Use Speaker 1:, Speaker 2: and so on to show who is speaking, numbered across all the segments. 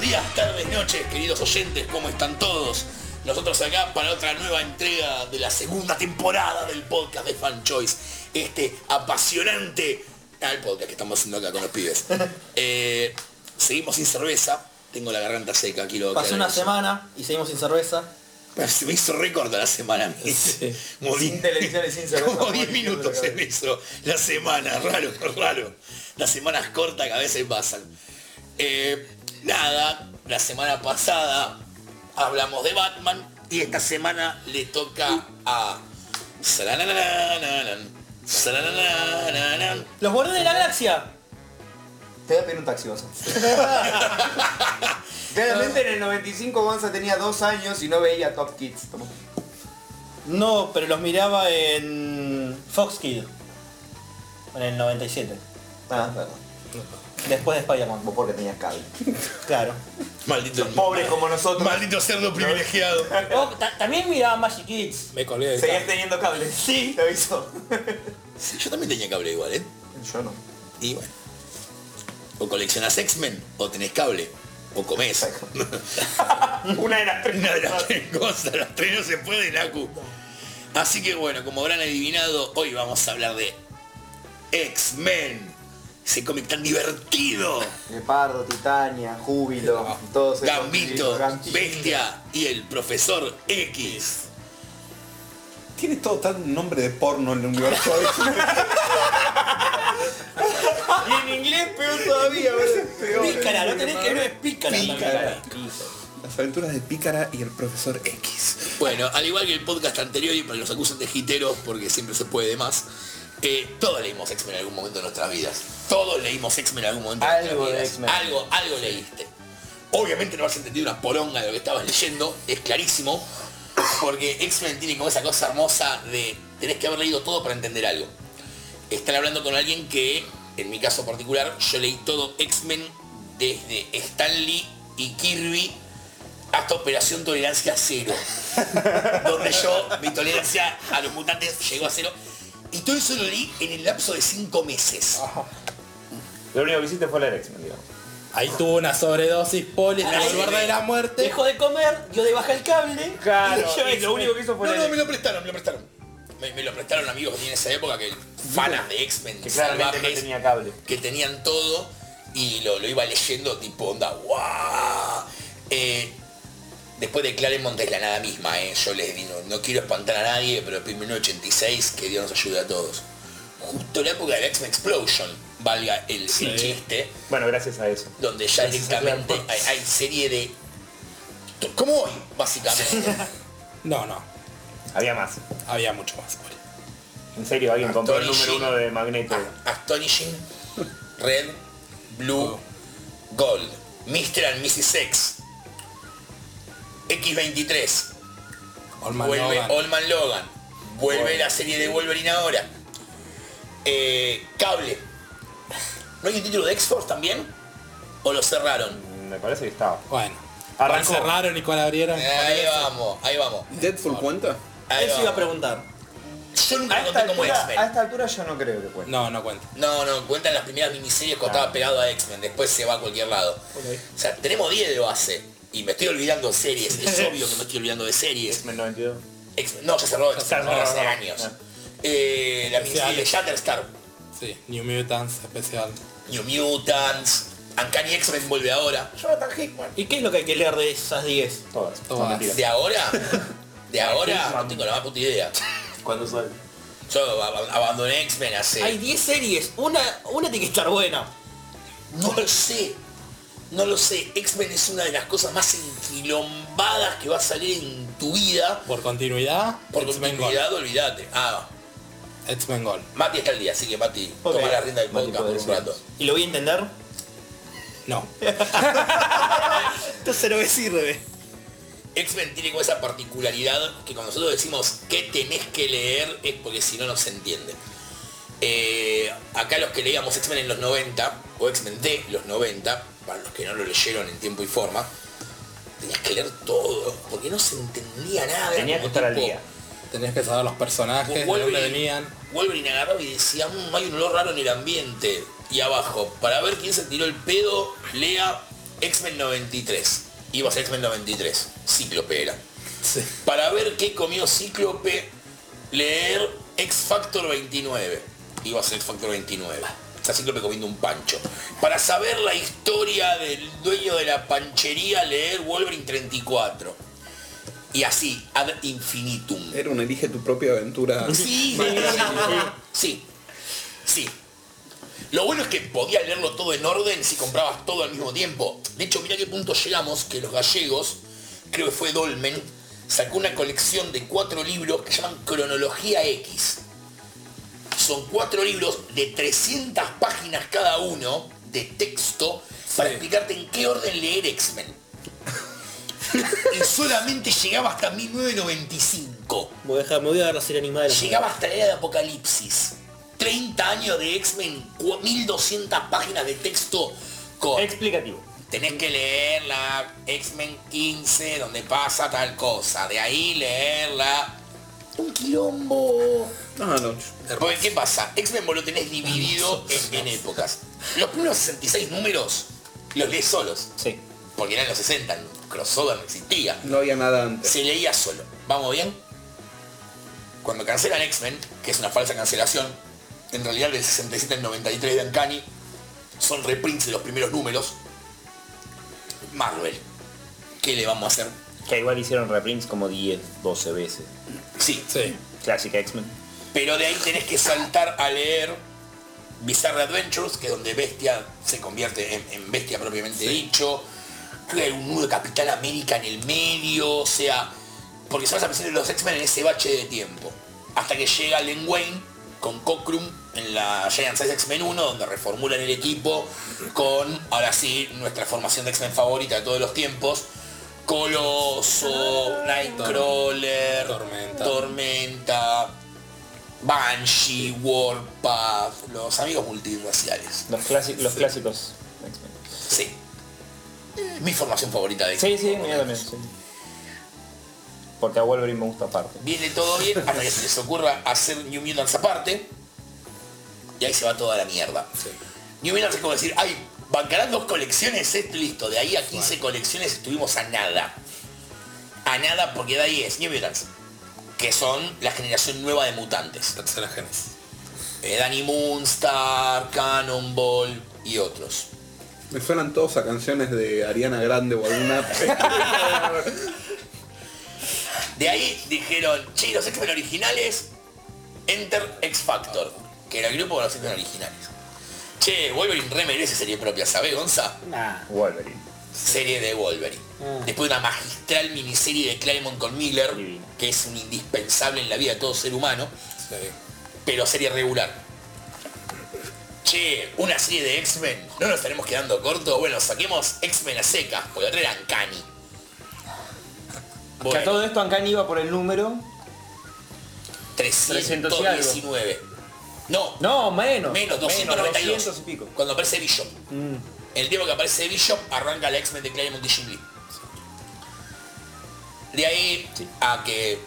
Speaker 1: días, tardes, noches, queridos oyentes, ¿cómo están todos? Nosotros acá para otra nueva entrega de la segunda temporada del podcast de Fan Choice. Este apasionante ah, el podcast que estamos haciendo acá con los pibes. Eh, seguimos sin cerveza. Tengo la garganta seca, aquí lo
Speaker 2: Pasó una semana y seguimos sin cerveza.
Speaker 1: Se me hizo récord la semana. me dice. Como
Speaker 2: Sin
Speaker 1: di-
Speaker 2: televisión y sin cerveza.
Speaker 1: Como 10
Speaker 2: Bueno,
Speaker 1: minutos eh.
Speaker 2: creo
Speaker 1: se
Speaker 2: que-
Speaker 1: me hizo la semana, raro, raro. Las semanas cortas que a veces pasan. Eh, nada, la semana pasada hablamos de Batman y esta semana le toca a... Sarananananan, sarananananan.
Speaker 2: Los bordes de la galaxia.
Speaker 3: Te voy a pedir un taxi, Gonza. Claramente en el 95 Gonza tenía dos años y no veía Top Kids. Toma.
Speaker 2: No, pero los miraba en Fox Kid. En el 97.
Speaker 3: Ah, perdón.
Speaker 2: Después de Spider-Man.
Speaker 3: Vos porque tenías cable.
Speaker 2: Claro.
Speaker 1: Maldito,
Speaker 3: Pobres como nosotros.
Speaker 1: maldito cerdo privilegiado.
Speaker 2: Oh, ta- también miraba Magic Kids.
Speaker 4: Me colgué del
Speaker 3: Seguías
Speaker 4: cable.
Speaker 3: teniendo cable. Sí. Te aviso.
Speaker 1: Sí, yo también tenía cable igual, ¿eh?
Speaker 3: Yo no.
Speaker 1: Y bueno. O coleccionás X-Men, o tenés cable, o comés.
Speaker 3: Una de las tres.
Speaker 1: Una de las
Speaker 3: cosas.
Speaker 1: tres cosas, las tres no se puede, Naku. Así que bueno, como habrán adivinado, hoy vamos a hablar de X-Men. Ese cómic tan divertido.
Speaker 3: Leopardo, Titania, Júbilo, todos esos-
Speaker 1: Gambito,
Speaker 3: Gambito.
Speaker 1: Bestia y el profesor X.
Speaker 5: Tiene todo tan nombre de porno en el universo. ¿eh?
Speaker 3: Y en inglés peor todavía,
Speaker 2: Pícara, no tenés que ver es pícara.
Speaker 5: Pícara. Las aventuras de Pícara y el profesor X.
Speaker 1: Bueno, al igual que el podcast anterior y para que los acusen de jiteros porque siempre se puede más, eh, todos leímos X-Men en algún momento de nuestras vidas. Todos leímos X-Men en algún momento de
Speaker 2: Algo
Speaker 1: nuestras
Speaker 2: de
Speaker 1: vidas.
Speaker 2: X-Men.
Speaker 1: Algo, algo leíste. Obviamente no has entendido una poronga de lo que estabas leyendo, es clarísimo, porque X-Men tiene como esa cosa hermosa de tenés que haber leído todo para entender algo. Están hablando con alguien que, en mi caso particular, yo leí todo X-Men desde Stanley y Kirby hasta Operación Tolerancia Cero, donde yo, mi tolerancia a los mutantes llegó a cero. Y todo eso lo leí en el lapso de cinco meses.
Speaker 2: Ah.
Speaker 6: Lo único que hiciste fue leer X-Men, digamos.
Speaker 4: Ahí tuvo una sobredosis poli en
Speaker 2: Ahí
Speaker 4: el borde
Speaker 2: me-
Speaker 4: de la muerte.
Speaker 2: Dejó de comer, dio de baja el cable.
Speaker 6: Claro,
Speaker 2: y yo
Speaker 6: y lo único que hizo fue
Speaker 1: No, no,
Speaker 6: leer
Speaker 1: me lo prestaron, me lo prestaron. Me, me lo prestaron amigos que tienen esa época, que fanas de X-Men,
Speaker 6: Que claramente no
Speaker 1: salvajes,
Speaker 6: tenía cable.
Speaker 1: que tenían todo y lo, lo iba leyendo tipo onda, ¡guau! Eh, después de Claremont es la nada misma, eh. yo les digo, no quiero espantar a nadie, pero el primero 86, que Dios nos ayude a todos. Justo la época de la X-Men Explosion, valga el, el
Speaker 4: Sí.
Speaker 1: chiste,
Speaker 6: Bueno, gracias a eso.
Speaker 1: donde ya directamente hay, hay serie de... Como hoy, básicamente.
Speaker 4: No, no.
Speaker 6: Había más.
Speaker 4: Había mucho más poli.
Speaker 6: En serio, alguien
Speaker 1: Actor
Speaker 6: compró
Speaker 1: y
Speaker 6: el número
Speaker 1: Jim.
Speaker 6: uno de Magneto.
Speaker 1: Astonishing, Red, Blue, Gold, Mr. and Mrs. X, X23,
Speaker 4: Olman
Speaker 1: vuelve
Speaker 4: Logan.
Speaker 1: Old Man Logan, vuelve la serie de Wolverine ahora, Eh, Cable. ¿No hay un título de X-Force también? ¿O lo cerraron?
Speaker 6: Me parece que estaba.
Speaker 4: Bueno. ¿Cuál
Speaker 6: Arrancó.
Speaker 4: cerraron y cuál abrieron?
Speaker 1: Ahí vamos, ahí vamos.
Speaker 5: ¿Deadpool cuenta?
Speaker 1: Ahí
Speaker 2: Eso iba a
Speaker 1: vamos.
Speaker 2: preguntar.
Speaker 1: Yo nunca
Speaker 3: A
Speaker 1: lo
Speaker 3: esta,
Speaker 1: conté como
Speaker 3: altura, a
Speaker 1: X-Men.
Speaker 3: esta altura yo no creo que cuente.
Speaker 4: No, no cuenta.
Speaker 1: No, no, cuentan las primeras miniseries cuando
Speaker 6: Ah.
Speaker 1: estaba pegado a X-Men, después se va a cualquier lado. O sea, tenemos 10 de base. Y me estoy olvidando de series. Es obvio que me estoy olvidando de series.
Speaker 6: X-Men 92.
Speaker 1: X- no, ya cerró X-Men
Speaker 6: cerró,
Speaker 1: hace
Speaker 6: no.
Speaker 1: años. Eh, la miniserie de Shatterstar,
Speaker 4: Sí. New Mutants especial.
Speaker 1: New Mutants, Uncanny X-Men vuelve ahora.
Speaker 2: ¿Y qué es lo que hay que leer de esas 10?
Speaker 6: Todas. Son
Speaker 4: Todas.
Speaker 6: mentiras.
Speaker 1: ¿De ahora? ¿De ahora? No tengo la más puta idea.
Speaker 6: ¿Cuándo sale?
Speaker 1: Yo ab- abandoné X-Men
Speaker 2: Hay
Speaker 1: hace...
Speaker 2: 10 series, una, una tiene que estar buena.
Speaker 1: No lo sé. No lo sé. X-Men es una de las cosas más enquilombadas que va a salir en tu vida.
Speaker 4: Por continuidad,
Speaker 1: Por
Speaker 4: X-Men Gold.
Speaker 1: continuidad, olvídate. Ah,
Speaker 4: X-Men Gold.
Speaker 1: Mati está al día, así que Mati,
Speaker 2: Ok.
Speaker 1: toma la rienda del
Speaker 3: Mati
Speaker 1: podcast por
Speaker 3: puede
Speaker 1: un rato.
Speaker 2: ¿Y lo voy a entender?
Speaker 4: No.
Speaker 2: Entonces no me sirve.
Speaker 1: X-Men tiene como esa particularidad que cuando nosotros decimos qué tenés que leer es porque si no no se entiende. Eh, acá los que leíamos X-Men en los 90, o X-Men de los 90, para los que no lo leyeron en tiempo y forma, tenías que leer todo, porque no se entendía nada.
Speaker 6: Tenías que
Speaker 1: como
Speaker 6: estar al
Speaker 1: tipo,
Speaker 6: día.
Speaker 4: Tenías que saber los personajes, de dónde
Speaker 1: Wolverine,
Speaker 4: venían.
Speaker 1: Wolverine agarraba y decía, "Mm, hay un olor raro en el ambiente. Y abajo, para ver quién se tiró el pedo, lea X-Men 93. Iba a ser X-Men 93. Cíclope era.
Speaker 4: Sí.
Speaker 1: Para ver qué comió Cíclope, leer X Factor 29. Iba a ser X Factor 29. Está Cíclope comiendo un pancho. Para saber la historia del dueño de la panchería, leer Wolverine 34. Y así, ad infinitum.
Speaker 5: Era un elige tu propia aventura.
Speaker 1: Sí, sí, sí. Lo bueno es que podía leerlo todo en orden si comprabas todo al mismo tiempo. De hecho, mira qué punto llegamos que los gallegos, creo que fue Dolmen, sacó una colección de cuatro libros que llaman Cronología X. Son cuatro libros de 300 páginas cada uno de texto para explicarte en qué orden leer X-Men. y solamente llegaba hasta 1995.
Speaker 2: Voy a dejar, me voy a ver la serie animada de la
Speaker 1: Llegaba hasta la era de Apocalipsis. 30 años de X-Men, cu- 1200 páginas de texto con...
Speaker 6: Explicativo.
Speaker 1: Tenés que leer la X-Men 15 donde pasa tal cosa. De ahí leerla... Un quilombo.
Speaker 5: No, no.
Speaker 1: Porque ¿qué pasa? X-Men vos lo tenés dividido en, en épocas. Los primeros 66 números los lees solos.
Speaker 6: Sí.
Speaker 1: Porque eran los 60, el crossover no existía.
Speaker 5: No había nada antes.
Speaker 1: se leía solo. ¿Vamos bien? Cuando cancelan X-Men, que es una falsa cancelación, en realidad del 67 al 93 de Ancani, son reprints de los primeros números. Marvel. ¿Qué le vamos a hacer?
Speaker 6: Que igual hicieron reprints como 10, 12 veces.
Speaker 1: Sí,
Speaker 4: Sí.
Speaker 6: Clásica X-Men.
Speaker 1: pero de ahí tenés que saltar a leer Bizarre Adventures, que es donde Bestia se convierte en, en Bestia propiamente dicho. Creo que hay un nudo de Capitán América en el medio, o sea, porque son las apariciones de los X-Men en ese bache de tiempo. Hasta que llega Len Wayne con Cockrum en la Giant Size X-Men 1, donde reformulan el equipo con, ahora sí, nuestra formación de X-Men favorita de todos los tiempos. Coloso, Nightcrawler,
Speaker 4: Tormenta.
Speaker 1: Tormenta, Banshee, Warpath, los amigos multirraciales.
Speaker 6: Los, clási- los clásicos X-Men.
Speaker 1: Sí. Mi formación favorita de
Speaker 6: Sí, sí, mira también. sí. Porque a Wolverine me gusta aparte.
Speaker 1: Viene todo bien hasta que se les ocurra hacer New Mutants aparte. Y ahí se va toda la mierda. New Mutants es como decir, ay, bancarán dos colecciones, esto y listo. De ahí a 15 colecciones estuvimos a nada. A nada porque de ahí es New Mutants. Que son la generación nueva de mutantes.
Speaker 4: Tercera génesis.
Speaker 1: Eh, Danny Moonstar, Cannonball y otros.
Speaker 5: Me suenan todos a canciones de Ariana Grande o alguna.
Speaker 1: De ahí dijeron, che, los X-Men originales, Enter X Factor, que era el grupo de los X-Men originales. Che, Wolverine re merece serie propia, ¿sabés, Gonza?
Speaker 2: Nah.
Speaker 6: Wolverine.
Speaker 1: Serie de Wolverine.
Speaker 2: Mm.
Speaker 1: Después de una magistral miniserie de Claremont con Miller,
Speaker 6: Divino.
Speaker 1: que es un indispensable en la vida de todo ser humano,
Speaker 4: Sí.
Speaker 1: pero serie regular. Che, una serie de X-Men, ¿no nos estaremos quedando corto? Bueno, saquemos X-Men a secas, porque otra eran Cani.
Speaker 2: Que a todo esto Ancan iba por el número. 300 y algo.
Speaker 1: 319. No,
Speaker 2: No, menos.
Speaker 1: Menos, 292.
Speaker 2: 200 y pico.
Speaker 1: cuando aparece Bishop.
Speaker 2: Mm.
Speaker 1: El tiempo que aparece Bishop arranca la X-Men de Claremont y Jim Lee. De ahí a que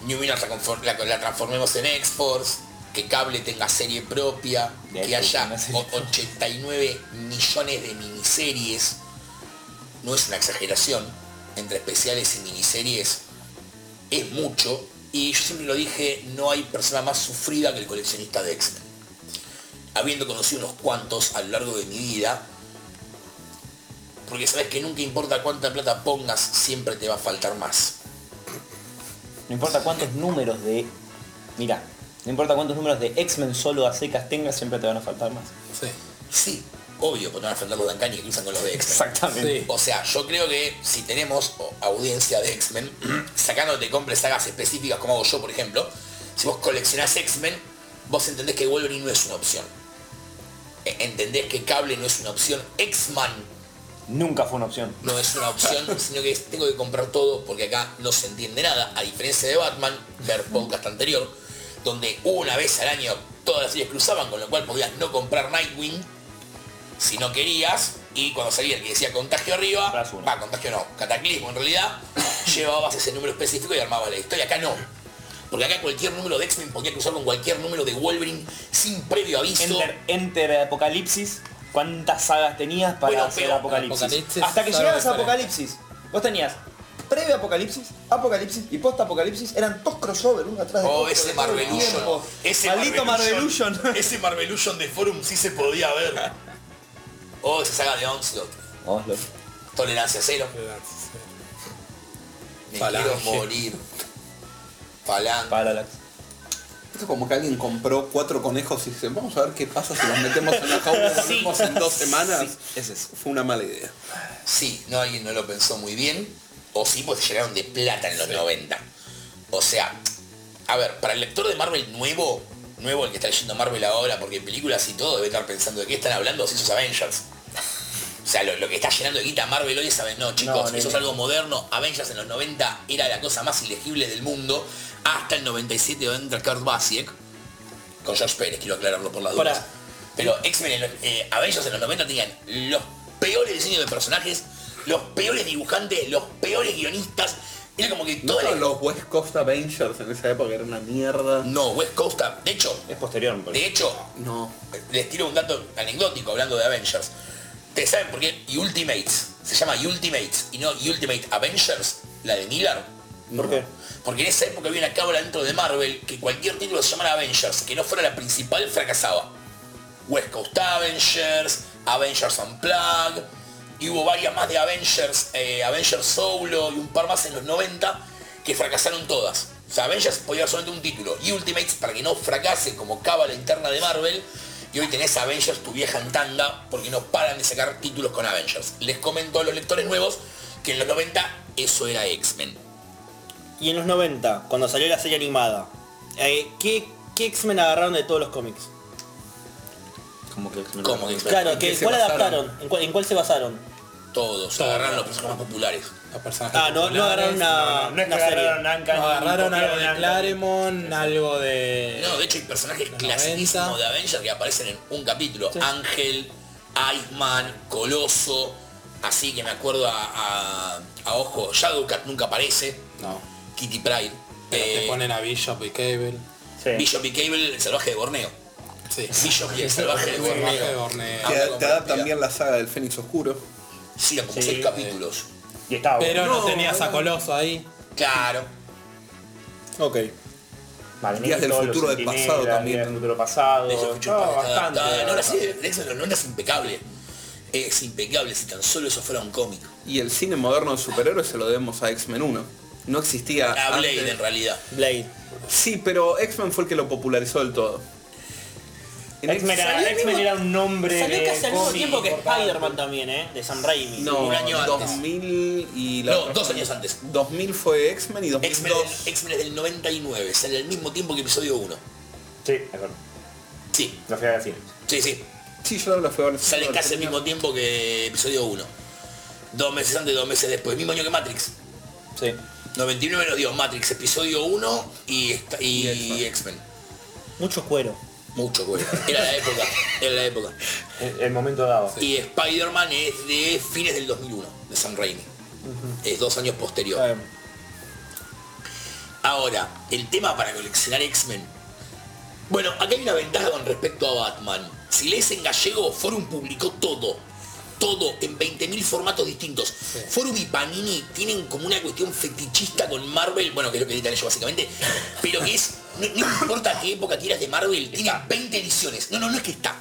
Speaker 1: New Mutants la, confor- la- la transformemos en X-Force, que Cable tenga serie propia,
Speaker 6: De
Speaker 1: que
Speaker 6: hecho,
Speaker 1: haya
Speaker 6: una serie
Speaker 1: o- 89 millones de miniseries. No es una exageración. Entre especiales y miniseries es mucho. Y yo siempre lo dije, no hay persona más sufrida que el coleccionista de X-Men. Habiendo conocido unos cuantos a lo largo de mi vida, porque sabes que nunca importa cuánta plata pongas, siempre te va a faltar más.
Speaker 2: No importa cuántos números de... Mira, no importa cuántos números de X-Men solo a secas tengas, siempre te van a faltar más.
Speaker 4: Sí.
Speaker 1: Sí, obvio, porque te van a faltar los de Uncanny que cruzan con los de X-Men.
Speaker 2: Exactamente.
Speaker 4: Sí.
Speaker 1: O sea, yo creo que si tenemos o, audiencia de X-Men, sacándote compres sagas específicas como hago yo, por ejemplo, si vos coleccionás X-Men, vos entendés que Wolverine no es una opción. E- Entendés que Cable no es una opción, X-Man
Speaker 2: Nunca fue una opción.
Speaker 1: no es una opción, sino que tengo que comprar todo porque acá no se entiende nada, a diferencia de Batman, ver podcast anterior, donde una vez al año todas las series cruzaban, con lo cual podías no comprar Nightwing si no querías, y cuando salía el que decía contagio arriba,
Speaker 6: Compras uno.
Speaker 1: va, contagio no, cataclismo en realidad, llevabas ese número específico y armabas la historia, acá no. Porque acá cualquier número de X-Men podía cruzar con cualquier número de Wolverine sin previo aviso.
Speaker 2: Enter, enter Apocalipsis. cuántas sagas tenías para
Speaker 1: Bueno,
Speaker 2: hacer
Speaker 1: pero-
Speaker 2: Apocalipsis.
Speaker 4: Apocalipsis,
Speaker 2: Hasta que
Speaker 4: saga
Speaker 2: llegabas a
Speaker 4: diferente.
Speaker 2: Apocalipsis, vos tenías
Speaker 3: Previo Apocalipsis, Apocalipsis y post Apocalipsis eran dos crossover, uno atrás de
Speaker 1: Oh,
Speaker 3: otro,
Speaker 1: ese
Speaker 3: todo el
Speaker 1: Marvelusion.
Speaker 3: tiempo.
Speaker 1: Ese
Speaker 2: Maldito Marvelusion.
Speaker 1: Ese Marvelusion de Forum sí se podía ver. Oh, esa saga de Onslaught.
Speaker 2: Oslo.
Speaker 1: Tolerancia cero. Me
Speaker 4: Falange.
Speaker 1: quiero morir. Falange.
Speaker 2: Parallax.
Speaker 5: Es como que alguien compró cuatro conejos y dice, vamos a ver qué pasa si los metemos en la jaula y volvemos en dos semanas.
Speaker 2: Ese es.
Speaker 5: Fue una mala idea.
Speaker 1: Sí, no, alguien no lo pensó muy bien. O sí, pues llegaron de plata en los 90. O sea, a ver, para el lector de Marvel nuevo, nuevo el que está leyendo Marvel ahora, porque en películas y todo, debe estar pensando de qué están hablando si sus Avengers. O sea, lo, lo que está llenando de guita Marvel hoy es Avengers. No, chicos, eso
Speaker 2: No,
Speaker 1: es
Speaker 2: nene.
Speaker 1: algo moderno. Avengers en los 90 era la cosa más ilegible del mundo. Hasta el 97 donde entra Kurt Basiek. Con George Pérez, quiero aclararlo por las dudas.
Speaker 2: Pará.
Speaker 1: Pero X-Men, en los- eh, Avengers en los 90 tenían los peores diseños de personajes, los peores dibujantes, los peores guionistas. Era como que todo...
Speaker 5: Todos los West Coast Avengers en esa época era una mierda.
Speaker 1: No, West Coast... De hecho,
Speaker 2: Es posterior, me
Speaker 1: de
Speaker 2: parece.
Speaker 1: hecho,
Speaker 5: No.
Speaker 1: les tiro un dato anecdótico hablando de Avengers. ¿Ustedes saben por qué Ultimates se llama Ultimates y no Ultimate Avengers, la de Miller?
Speaker 2: ¿Por qué?
Speaker 1: Porque en esa época había una cábala dentro de Marvel que cualquier título que se llamara Avengers, que no fuera la principal, fracasaba. West Coast Avengers, Avengers Unplugged, y hubo varias más de Avengers, eh, Avengers Solo y un par más en los 90 que fracasaron todas. O sea, Avengers podía ser solamente un título. Y Ultimates, para que no fracase como cábala interna de Marvel, y hoy tenés Avengers tu vieja en tanda porque no paran de sacar títulos con Avengers. Les comento a los lectores nuevos que en los 90 eso era X-Men.
Speaker 6: Y en los 90, cuando salió la serie animada, eh, ¿qué, qué X-Men agarraron de todos los cómics?
Speaker 2: Como que X-Men.
Speaker 1: Como que
Speaker 6: Claro,
Speaker 5: ¿en qué
Speaker 6: que,
Speaker 5: se
Speaker 6: ¿cuál
Speaker 5: basaron?
Speaker 6: adaptaron? ¿En cuál, en cuál se basaron?
Speaker 1: Todos,
Speaker 4: Todo.
Speaker 1: agarraron los personajes más populares.
Speaker 4: Los personajes
Speaker 6: Ah, no, no agarraron
Speaker 4: populares.
Speaker 6: una,
Speaker 2: No es que
Speaker 6: una serie.
Speaker 2: agarraron Anka
Speaker 4: No,
Speaker 2: ni
Speaker 4: agarraron algo
Speaker 2: copiaron
Speaker 4: de
Speaker 2: Anka.
Speaker 4: Claremont, algo de...
Speaker 1: No, de hecho hay personajes
Speaker 4: los
Speaker 1: clasiquísimos
Speaker 4: 90.
Speaker 1: de Avengers que aparecen en un capítulo. Ángel, Iceman, Coloso, así que me acuerdo a, a, a ojo, Shadowcat nunca aparece,
Speaker 4: No,
Speaker 1: Kitty Pride,
Speaker 4: pero te
Speaker 1: eh,
Speaker 4: ponen a Bishop y Cable.
Speaker 2: Sí.
Speaker 1: Bishop y Cable, el salvaje de Borneo.
Speaker 4: Sí.
Speaker 1: Bishop y el salvaje de
Speaker 4: El salvaje de
Speaker 1: Borneo.
Speaker 4: Borneo.
Speaker 1: Ah,
Speaker 5: Te,
Speaker 1: bueno,
Speaker 5: te
Speaker 1: pero
Speaker 5: adaptan
Speaker 1: mira.
Speaker 5: bien la saga del Fénix Oscuro.
Speaker 1: Sí, eran como
Speaker 2: Sí.
Speaker 1: seis capítulos.
Speaker 2: Y estaba
Speaker 4: Pero no,
Speaker 5: No,
Speaker 4: tenías a
Speaker 5: no.
Speaker 4: Coloso ahí.
Speaker 1: Claro.
Speaker 4: Ok.
Speaker 2: Magneto,
Speaker 5: Días del
Speaker 2: los
Speaker 5: futuro del
Speaker 2: Centinelas,
Speaker 5: pasado
Speaker 2: Días
Speaker 5: también.
Speaker 2: del futuro pasado.
Speaker 1: De esos
Speaker 2: No,
Speaker 1: chupas que está
Speaker 2: bastante. Eh,
Speaker 1: adaptada. No, la serie de X-Men de los 90 es impecable. Es impecable si tan solo eso fuera un cómic.
Speaker 5: Y el cine moderno de superhéroes se lo debemos a X-Men 1. No existía.
Speaker 1: A Blade
Speaker 5: antes.
Speaker 1: en realidad.
Speaker 6: Blade.
Speaker 5: Sí, pero X-Men fue el que lo popularizó del todo. En
Speaker 2: X-Men
Speaker 5: X-
Speaker 2: era-
Speaker 6: Salió al
Speaker 2: X-Men
Speaker 6: mismo-
Speaker 2: era un nombre
Speaker 6: Salió
Speaker 2: de
Speaker 6: casi al mismo
Speaker 2: Eh, cómic
Speaker 6: tiempo que
Speaker 2: importante.
Speaker 6: Spider-Man también, ¿eh? De Sam Raimi.
Speaker 5: No,
Speaker 1: un año antes.
Speaker 5: 2000 y la
Speaker 1: No,
Speaker 5: otra
Speaker 1: dos
Speaker 5: fue-
Speaker 1: años antes.
Speaker 5: 2000 fue X-Men y
Speaker 1: X-Men
Speaker 5: 2002.
Speaker 1: del- X-Men es del 99, sale al mismo tiempo que episodio 1.
Speaker 2: Sí, de acuerdo.
Speaker 1: Sí,
Speaker 2: Lo fui a decir.
Speaker 1: sí, sí.
Speaker 5: Sí, yo la fui a ver.
Speaker 1: Sale casi al mismo tiempo que episodio 1. Dos meses antes, dos meses después. Mismo año que Matrix.
Speaker 6: Sí.
Speaker 1: 99 nos dio Matrix, episodio 1 y, esta- y
Speaker 5: Y
Speaker 1: X-Men.
Speaker 6: Mucho cuero.
Speaker 1: Mucho, güey. Era la época, era la época.
Speaker 2: El, el momento dado.
Speaker 1: Y Spider-Man es de fines del 2001, de Sam Raimi. Es dos años posterior.
Speaker 6: Eh,
Speaker 1: Ahora, el tema para coleccionar X-Men. Bueno, acá hay una ventaja con respecto a Batman. Si lees en gallego, Forum publicó todo. Todo en 20.000 formatos distintos. Forum y Panini tienen como una cuestión fetichista con Marvel, bueno, que es lo que editan ellos básicamente, pero que es, no, no importa qué época quieras de Marvel, tienen 20 ediciones. No, no, no es que está.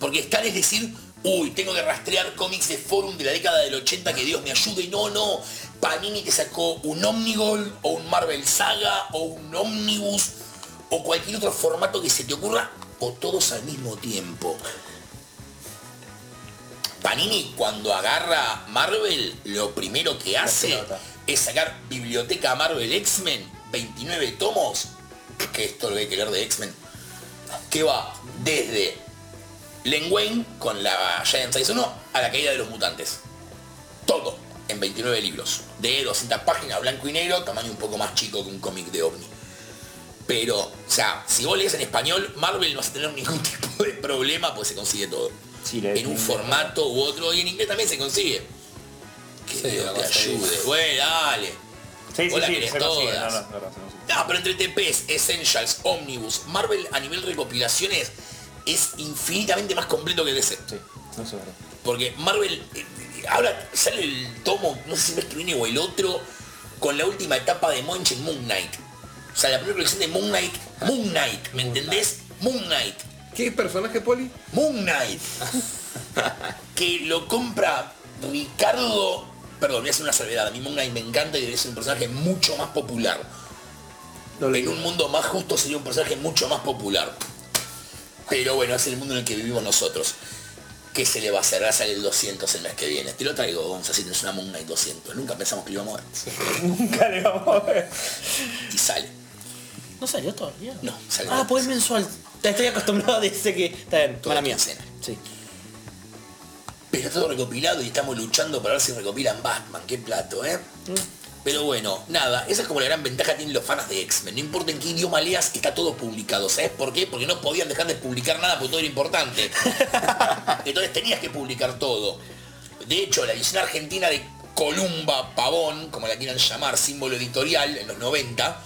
Speaker 1: Porque estar es decir, uy, tengo que rastrear cómics de Forum de la década del 80, que Dios me ayude. No, no. Panini te sacó un Omnigol o un Marvel Saga o un Omnibus o cualquier otro formato que se te ocurra o todos al mismo tiempo. Panini cuando agarra Marvel, lo primero que hace
Speaker 2: pelota.
Speaker 1: es sacar Biblioteca Marvel X-Men, 29 tomos, que esto lo voy a querer de X-Men, que va desde Len Wayne con la Giant Size 1 a la caída de los mutantes. Todo en 29 libros. De 200 páginas, blanco y negro, tamaño un poco más chico que un cómic de ovni. Pero, o sea, si vos lees en español, Marvel no vas a tener ningún tipo de problema, pues se consigue todo.
Speaker 2: Sí, le-
Speaker 1: en un formato u otro, y en inglés también se consigue. Que
Speaker 4: Sí,
Speaker 1: Dios
Speaker 4: lo
Speaker 1: te
Speaker 4: conseguís.
Speaker 1: ayude. Güey, dale.
Speaker 2: Sí,
Speaker 1: Vos
Speaker 2: sí,
Speaker 1: la
Speaker 2: sí,
Speaker 1: querés
Speaker 2: se consigue. No, no,
Speaker 1: todas.
Speaker 2: es verdad, se consigue.
Speaker 1: Ah, pero entre TPs, Essentials, Omnibus, Marvel a nivel recopilaciones es infinitamente más completo que DC.
Speaker 2: Sí. No sé, verdad.
Speaker 1: Porque Marvel, eh, eh, ahora sale el tomo, no sé si mes que viene o el otro, con la última etapa de Monchen Moon Knight. O sea, la primera colección de Moon Knight, Moon Knight, ¿me entendés? Moon Knight,
Speaker 5: ¿Qué personaje, Poli?
Speaker 1: Moon Knight. que lo compra Ricardo, perdón, voy a hacer una salvedad, a mí Moon Knight me encanta y es un personaje mucho más popular. en un mundo más justo sería un personaje mucho más popular. Pero bueno, es el mundo en el que vivimos nosotros. ¿Qué se le va a hacer? Va a salir el 200 el mes que viene. Te lo traigo, Gonza, si tenés una Moon Knight 200. Nunca pensamos que lo íbamos a ver.
Speaker 6: Nunca le vamos a ver.
Speaker 1: Y sale.
Speaker 6: ¿No salió todavía?
Speaker 1: No, salió.
Speaker 6: Ah, pues mensual. Estoy acostumbrado a decir que... Está bien,
Speaker 1: Toda
Speaker 6: mala mía.
Speaker 1: quincena.
Speaker 6: Sí.
Speaker 1: Pero está todo recopilado y estamos luchando para ver si recopilan Batman. Qué plato, ¿eh? Pero bueno, nada, esa es como la gran ventaja que tienen los fans de X-Men. No importa en qué idioma leas, está todo publicado. ¿Sabes por qué? Porque no podían dejar de publicar nada porque todo era importante. Entonces tenías que publicar todo. De hecho, la edición argentina de Columba Pavón, como la quieran llamar, símbolo editorial en los 90,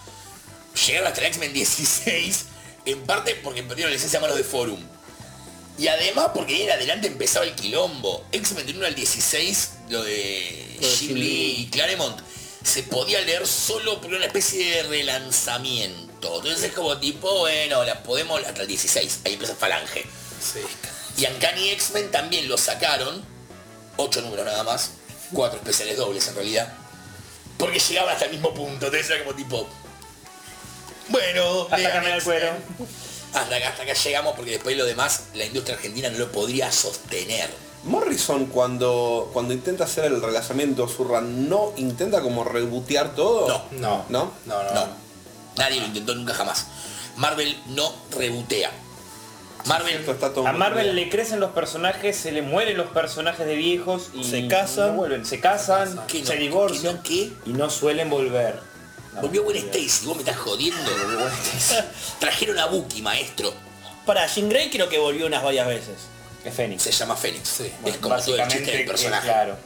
Speaker 1: llegaron hasta el X-Men 16, en parte porque perdieron la licencia a manos de Forum. Y además porque de ahí en adelante empezaba el quilombo. X-Men del 1 al 16, lo de Jim Lee y Claremont, se podía leer solo por una especie de relanzamiento. Entonces es como tipo, bueno, la podemos hasta el 16, ahí empieza Falange. Y Uncanny X-Men también lo sacaron, ocho números nada más, cuatro especiales dobles en realidad, porque llegaban hasta el mismo punto, entonces era como tipo, bueno,
Speaker 6: Hasta
Speaker 1: lean
Speaker 6: cambiar el
Speaker 1: X-Men.
Speaker 6: cuero.
Speaker 1: Hasta acá, hasta acá llegamos porque después lo demás la industria argentina no lo podría sostener.
Speaker 5: Morrison cuando, cuando intenta hacer el relanzamiento Zurra, ¿no intenta como rebotear todo?
Speaker 1: No,
Speaker 4: No.
Speaker 5: ¿No?
Speaker 4: No, no.
Speaker 1: no. Nadie lo intentó nunca jamás. Marvel no rebutea. Marvel
Speaker 5: Esto está todo
Speaker 2: A
Speaker 5: muy
Speaker 2: Marvel
Speaker 5: bien.
Speaker 2: le crecen los personajes, se le mueren los personajes de viejos y
Speaker 6: Se casan.
Speaker 2: no vuelven, se casan,
Speaker 1: ¿Qué no?
Speaker 2: se divorcian
Speaker 1: ¿Qué no?
Speaker 2: y no suelen volver.
Speaker 1: volvió Gwen Stacy, vos me estás jodiendo. Trajeron a Bucky, maestro.
Speaker 6: Para Jean Grey creo que volvió unas varias veces.
Speaker 2: Es Fénix.
Speaker 1: Se llama Fénix.
Speaker 4: Sí.
Speaker 1: es como todo el chiste del personaje.
Speaker 2: eh, Claro.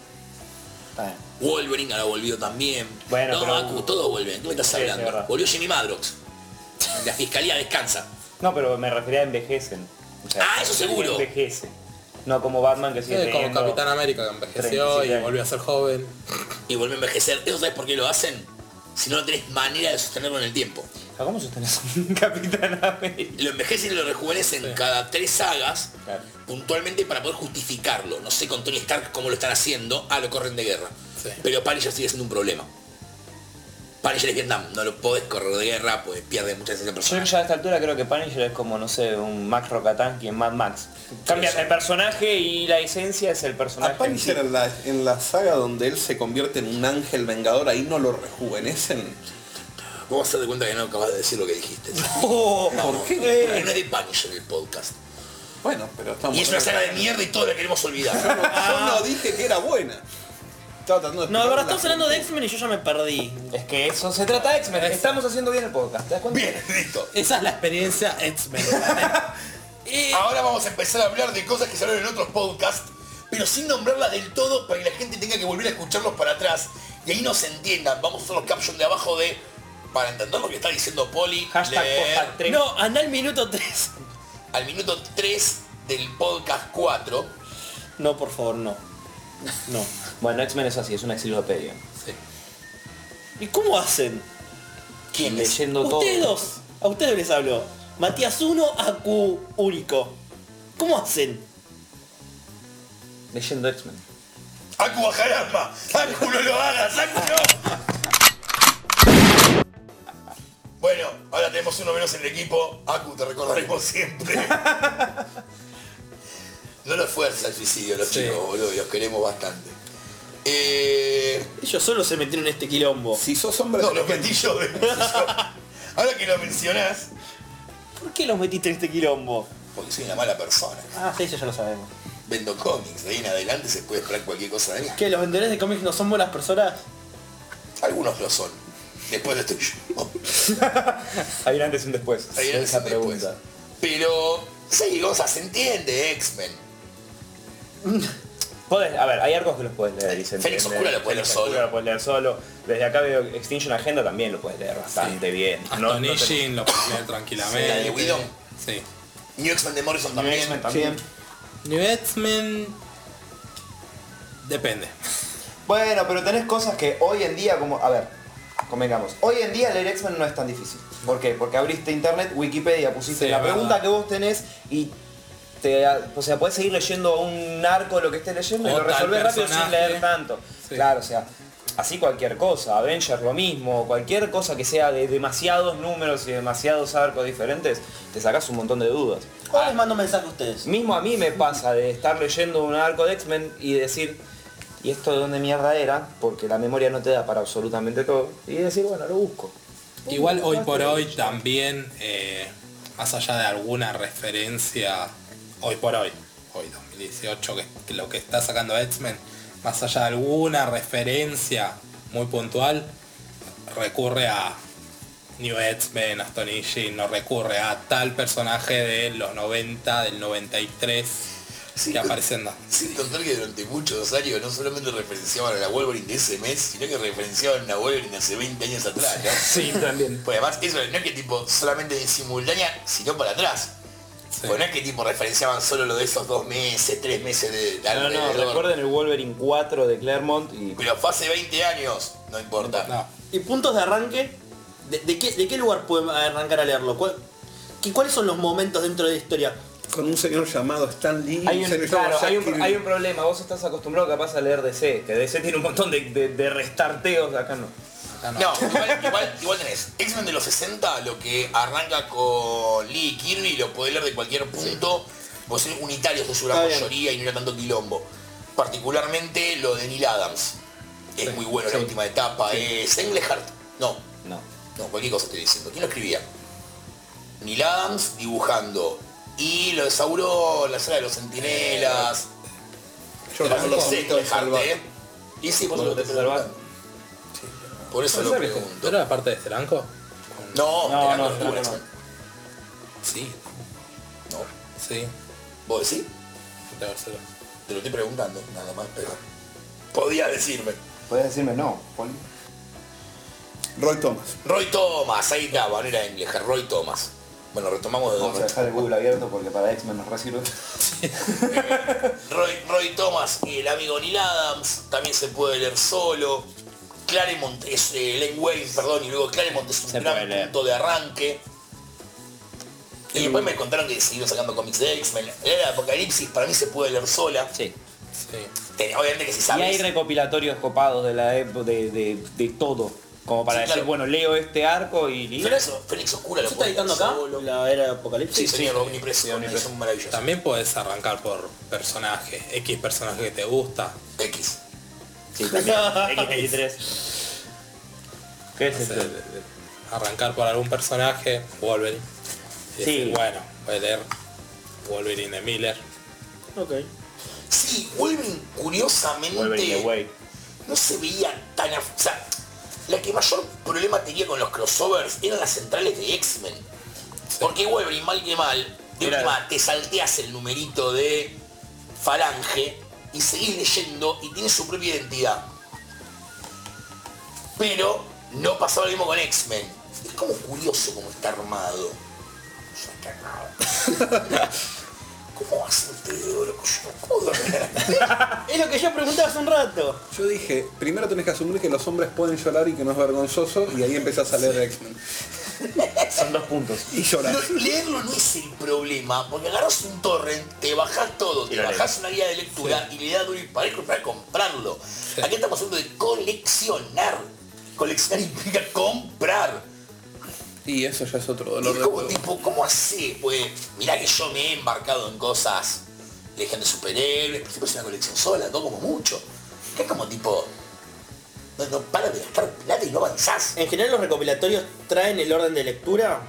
Speaker 2: Está bien.
Speaker 1: Wolverine ahora volvió también.
Speaker 2: Bueno,
Speaker 1: no,
Speaker 2: pero-
Speaker 1: Aku, todos vuelven. ¿Qué me estás
Speaker 2: Sí, es
Speaker 1: hablando?
Speaker 2: verdad.
Speaker 1: volvió Jimmy Madrox. La fiscalía descansa.
Speaker 2: No, pero me refería a envejecen. O
Speaker 1: Ah, eso seguro.
Speaker 2: Envejece. No como Batman que sigue
Speaker 4: Eh, como
Speaker 2: teniendo-
Speaker 4: Capitán América que envejeció
Speaker 2: 37
Speaker 4: y
Speaker 2: años.
Speaker 4: volvió a ser joven.
Speaker 1: Y vuelve a envejecer. ¿Eso sabes por qué lo hacen? Si no, no tenés manera de sostenerlo en el tiempo.
Speaker 2: O sea, ¿Cómo sostenes un Capitán América?
Speaker 1: Lo envejecen y lo rejuvenecen cada tres sagas
Speaker 2: Claro.
Speaker 1: puntualmente para poder justificarlo. No sé con Tony Stark cómo lo están haciendo. Ah, lo corren de guerra.
Speaker 4: Sí.
Speaker 1: Pero Punisher sigue siendo un problema. Punisher es Vietnam. No lo podés correr de guerra, pues pierde mucha esencia
Speaker 2: Yo
Speaker 1: personal.
Speaker 2: ya a esta altura creo que Punisher es como, no sé, un Max Rocatanqui en Mad Max. Cambia el personaje y la esencia es el personaje.
Speaker 5: A Punisher en la, en la saga donde él se convierte en un ángel vengador, ahí no lo rejuvenecen.
Speaker 1: Vamos a hacer de cuenta que no acabas de decir lo que dijiste. Oh,
Speaker 5: ¿Por qué?
Speaker 1: Porque no es de Punisher el podcast.
Speaker 5: Ah, Bueno, pero estamos...
Speaker 1: Y es una saga de mierda y todo la queremos olvidar.
Speaker 5: Yo no dije que era buena. Estaba tratando de
Speaker 6: No, de verdad,
Speaker 5: explicar
Speaker 6: estamos hablando de X-Men y yo ya me perdí.
Speaker 2: Es que eso se trata de X-Men.
Speaker 3: Estamos haciendo bien el podcast, ¿te das cuenta?
Speaker 1: Bien, listo.
Speaker 4: Esa es la experiencia X-Men.
Speaker 1: Eh, Ahora vamos a empezar a hablar de cosas que salieron en otros podcasts, pero sin nombrarlas del todo para que la gente tenga que volver a escucharlos para atrás. Y ahí nos entiendan. Vamos a usar los captions de abajo de... Para entender lo que está diciendo Poli,
Speaker 2: Hashtag
Speaker 1: leer
Speaker 2: podcast 3.
Speaker 6: No, anda al minuto 3.
Speaker 1: al minuto 3 del podcast 4.
Speaker 6: No, por favor, no. No.
Speaker 2: Bueno, X-Men es así, es una enciclopedia.
Speaker 6: ¿Y cómo hacen?
Speaker 1: ¿Quién es?
Speaker 2: Leyendo todo.
Speaker 6: Ustedes dos. A ustedes les hablo. Matías 1, Acu único. ¿Cómo hacen?
Speaker 2: Leyendo X-Men.
Speaker 1: ¡Acu Bajaramba! ¡Acu no lo hagas! ¡Acu no! Bueno, ahora tenemos uno menos en el equipo. Acu, te recordaremos siempre. No lo fuerza el suicidio, los
Speaker 4: Sí.
Speaker 1: chicos, boludo. y Los queremos bastante. Eh,
Speaker 6: Ellos solo se metieron en este quilombo.
Speaker 5: Si sos hombre...
Speaker 1: no,
Speaker 5: tenés
Speaker 1: los metí yo. de- Ahora que lo mencionás,
Speaker 6: ¿Por qué los metiste en este quilombo?
Speaker 1: porque soy una mala persona.
Speaker 2: Ah, sí, eso ya lo sabemos.
Speaker 1: Vendo cómics, de ahí en adelante se puede esperar cualquier cosa de mí.
Speaker 6: ¿Que los vendedores de cómics no son buenas personas?
Speaker 1: Algunos lo son. Después lo estoy yo.
Speaker 2: Hay un antes y un después.
Speaker 1: Ahí era esa pregunta. pues. Pero, sí, Gonza, se entiende X-Men.
Speaker 2: Podés- a ver, hay arcos que los puedes leer, dicen.
Speaker 1: Fénix Oscura lo puedes leer solo.
Speaker 2: lo puedes leer solo. Desde acá veo Extinction Agenda también lo puedes leer bastante bien.
Speaker 4: Hasta
Speaker 2: No- no te-
Speaker 4: Nijin lo puede leer
Speaker 1: Sí, la de
Speaker 4: tranquilamente.
Speaker 1: Whedon.
Speaker 4: Sí.
Speaker 1: New X-Men de Morrison
Speaker 2: New
Speaker 1: también.
Speaker 2: X-Men también.
Speaker 4: New X-Men... Depende.
Speaker 3: Bueno, pero tenés cosas que hoy en día, como. A ver, convengamos. Hoy en día leer X-Men no es tan difícil. ¿Por qué? Porque abriste internet, Wikipedia, pusiste
Speaker 4: Sí,
Speaker 3: la
Speaker 4: es verdad.
Speaker 3: pregunta que vos tenés y. Te, o sea, podés seguir leyendo a un narco lo que estés leyendo y
Speaker 4: O
Speaker 3: lo
Speaker 4: tal
Speaker 3: resolvés rápido sin
Speaker 4: personaje.
Speaker 3: leer tanto.
Speaker 4: Sí.
Speaker 3: Claro, o sea, así cualquier cosa, Avengers lo mismo, cualquier cosa que sea de demasiados números y demasiados arcos diferentes, te sacás un montón de dudas.
Speaker 6: ¿Cómo les mando mensaje a ustedes?
Speaker 3: Mismo a mí me pasa de estar leyendo un arco de X-Men y decir, ¿y esto de dónde mierda era? Porque la memoria no te da para absolutamente todo. Y decir, bueno, lo busco.
Speaker 4: Igual hoy por hoy también, eh, más allá de alguna referencia, hoy por hoy, hoy 2018, que, que lo que está sacando X-Men, más allá de alguna referencia muy puntual, recurre a New X-Men, a Stone Age, no recurre a tal personaje de los 90, del 93,
Speaker 1: Sí.
Speaker 4: que aparecen.
Speaker 1: Sin contar que durante muchos años no solamente referenciaban a la Wolverine de ese mes, sino que referenciaban a Wolverine de hace 20 años atrás, ¿no?
Speaker 4: Sí, también.
Speaker 1: Pues además eso no es que tipo solamente de simultánea, sino para atrás.
Speaker 4: Sí.
Speaker 1: Pues no es que tipo referenciaban solo lo de esos dos meses, tres meses de, de
Speaker 2: No,
Speaker 3: Eh,
Speaker 2: no,
Speaker 1: alrededor.
Speaker 2: recuerden el Wolverine 4 de Claremont y
Speaker 1: Pero fue hace 20 años, no importa.
Speaker 4: No.
Speaker 6: ¿Y puntos de arranque? ¿De, de qué, de qué lugar pueden arrancar a leerlo? ¿Cuál- qué- ¿Cuáles son los momentos dentro de la historia?
Speaker 5: Con un señor llamado Stan Lee.
Speaker 2: Hay un,
Speaker 5: señor
Speaker 2: claro,
Speaker 5: llamado
Speaker 2: hay,
Speaker 5: Jack
Speaker 2: un,
Speaker 5: Kirby.
Speaker 2: hay un problema, vos estás acostumbrado capaz a leer DC, que DC tiene un montón de, de, de restarteos, acá no.
Speaker 4: Ah, no.
Speaker 1: No, igual, igual, igual tenés. X-Men de los 60, lo que arranca con Lee y Kirby, lo podés leer de cualquier punto. Vos ser unitarios sos una
Speaker 6: Está bien.
Speaker 1: mayoría y no era tanto quilombo. Particularmente lo de Neil Adams. Es muy bueno la última etapa. Es Englehart. No,
Speaker 2: No.
Speaker 1: no, cualquier cosa estoy diciendo. ¿Quién lo escribía? Neil Adams dibujando. Y lo de Sauron, la sala de los sentinelas.
Speaker 5: Yo
Speaker 1: Pero
Speaker 5: no
Speaker 1: no
Speaker 5: lo
Speaker 1: sé,
Speaker 5: comento de
Speaker 1: Englehart,
Speaker 5: salvar.
Speaker 1: ¿eh? Y sí, por
Speaker 2: Vos
Speaker 1: eso
Speaker 2: lo
Speaker 1: lo
Speaker 2: te salvás.
Speaker 1: Por eso lo
Speaker 4: ¿No
Speaker 1: pregunto.
Speaker 4: era la parte de Steranko?
Speaker 1: No,
Speaker 2: No,
Speaker 1: Teranko
Speaker 2: no,
Speaker 1: estuvo en
Speaker 2: no, no.
Speaker 1: X-Men.
Speaker 4: Sí.
Speaker 1: No.
Speaker 4: Sí.
Speaker 1: ¿Vos decís?
Speaker 4: de Barcelona.
Speaker 1: Te lo estoy preguntando, nada más, pero... Podía decirme.
Speaker 3: Podés decirme no, Poli.
Speaker 5: Roy Thomas.
Speaker 1: Roy Thomas, ahí está, bueno, era inglés, Roy Thomas. Bueno, retomamos de
Speaker 3: Vamos a
Speaker 1: donde...
Speaker 3: dejar el Google abierto porque para X-Men nos recibe.
Speaker 1: Roy, Roy Thomas y el amigo Neil Adams, también se puede leer solo. Claremont es eh, Len Wayne, perdón, y luego Claremont es un
Speaker 2: Se puede
Speaker 1: gran
Speaker 2: leer.
Speaker 1: punto de arranque. Y después me contaron que siguieron sacando cómics de X-Men. La era de Apocalipsis para mí se puede leer sola.
Speaker 2: Sí.
Speaker 4: Sí.
Speaker 1: Ten- Obviamente que si
Speaker 2: Y
Speaker 1: sabes.
Speaker 2: hay recopilatorios copados de la epo- de, de, de todo. Como para
Speaker 1: Sí,
Speaker 2: decir,
Speaker 1: claro.
Speaker 2: bueno, leo este arco y
Speaker 1: Pero
Speaker 2: listo.
Speaker 1: eso, Félix Oscura lo
Speaker 6: ¿Se está editando acá? La era de Apocalipsis.
Speaker 1: Sí, sería omnipresente, son maravillosos.
Speaker 4: También puedes arrancar por personaje, X personaje que te gusta.
Speaker 1: X.
Speaker 2: Sí, también. X23. ¿Qué es
Speaker 4: No sé,
Speaker 2: esto?
Speaker 4: de- de- arrancar por algún personaje, Wolverine. Y
Speaker 2: Sí.
Speaker 4: decir, bueno, voy a leer Wolverine de Miller.
Speaker 6: Ok.
Speaker 1: Sí, Wolverine curiosamente
Speaker 2: Wolverine de Way.
Speaker 1: no se veía tan... af- O sea, la que mayor problema tenía con los crossovers eran las centrales de X-Men. Porque Wolverine, mal que mal, de
Speaker 2: Era-
Speaker 1: última te salteas el numerito de Falange y seguís leyendo y tiene su propia identidad. Pero no pasaba lo mismo con X-Men. Es como curioso cómo está armado. Yo acá nada. ¿Cómo hacen ustedes, bro? Yo no puedo.
Speaker 6: Es lo que yo preguntaba hace un rato.
Speaker 5: Yo dije, primero tenés que asumir que los hombres pueden llorar y que no es vergonzoso y ahí empezás a leer X-Men.
Speaker 2: Son dos puntos.
Speaker 5: Y llorar.
Speaker 1: No, leerlo no es el problema, porque agarras un torrent, te bajas todo, te
Speaker 2: lo lees.
Speaker 1: bajas una guía de lectura y le das duro y parejo para comprarlo. Aquí estamos hablando de coleccionar. Coleccionar implica comprar.
Speaker 5: Y eso ya es otro
Speaker 1: Y
Speaker 5: dolor
Speaker 1: es
Speaker 5: de
Speaker 1: como
Speaker 5: huevo.
Speaker 1: tipo, ¿cómo así? Pues mirá que yo me he embarcado en cosas legión de superhéroes, por ejemplo es una colección sola, todo como mucho. Que es como tipo. No, no para de gastar plata y no avanzás.
Speaker 6: En general los recopilatorios traen el orden de lectura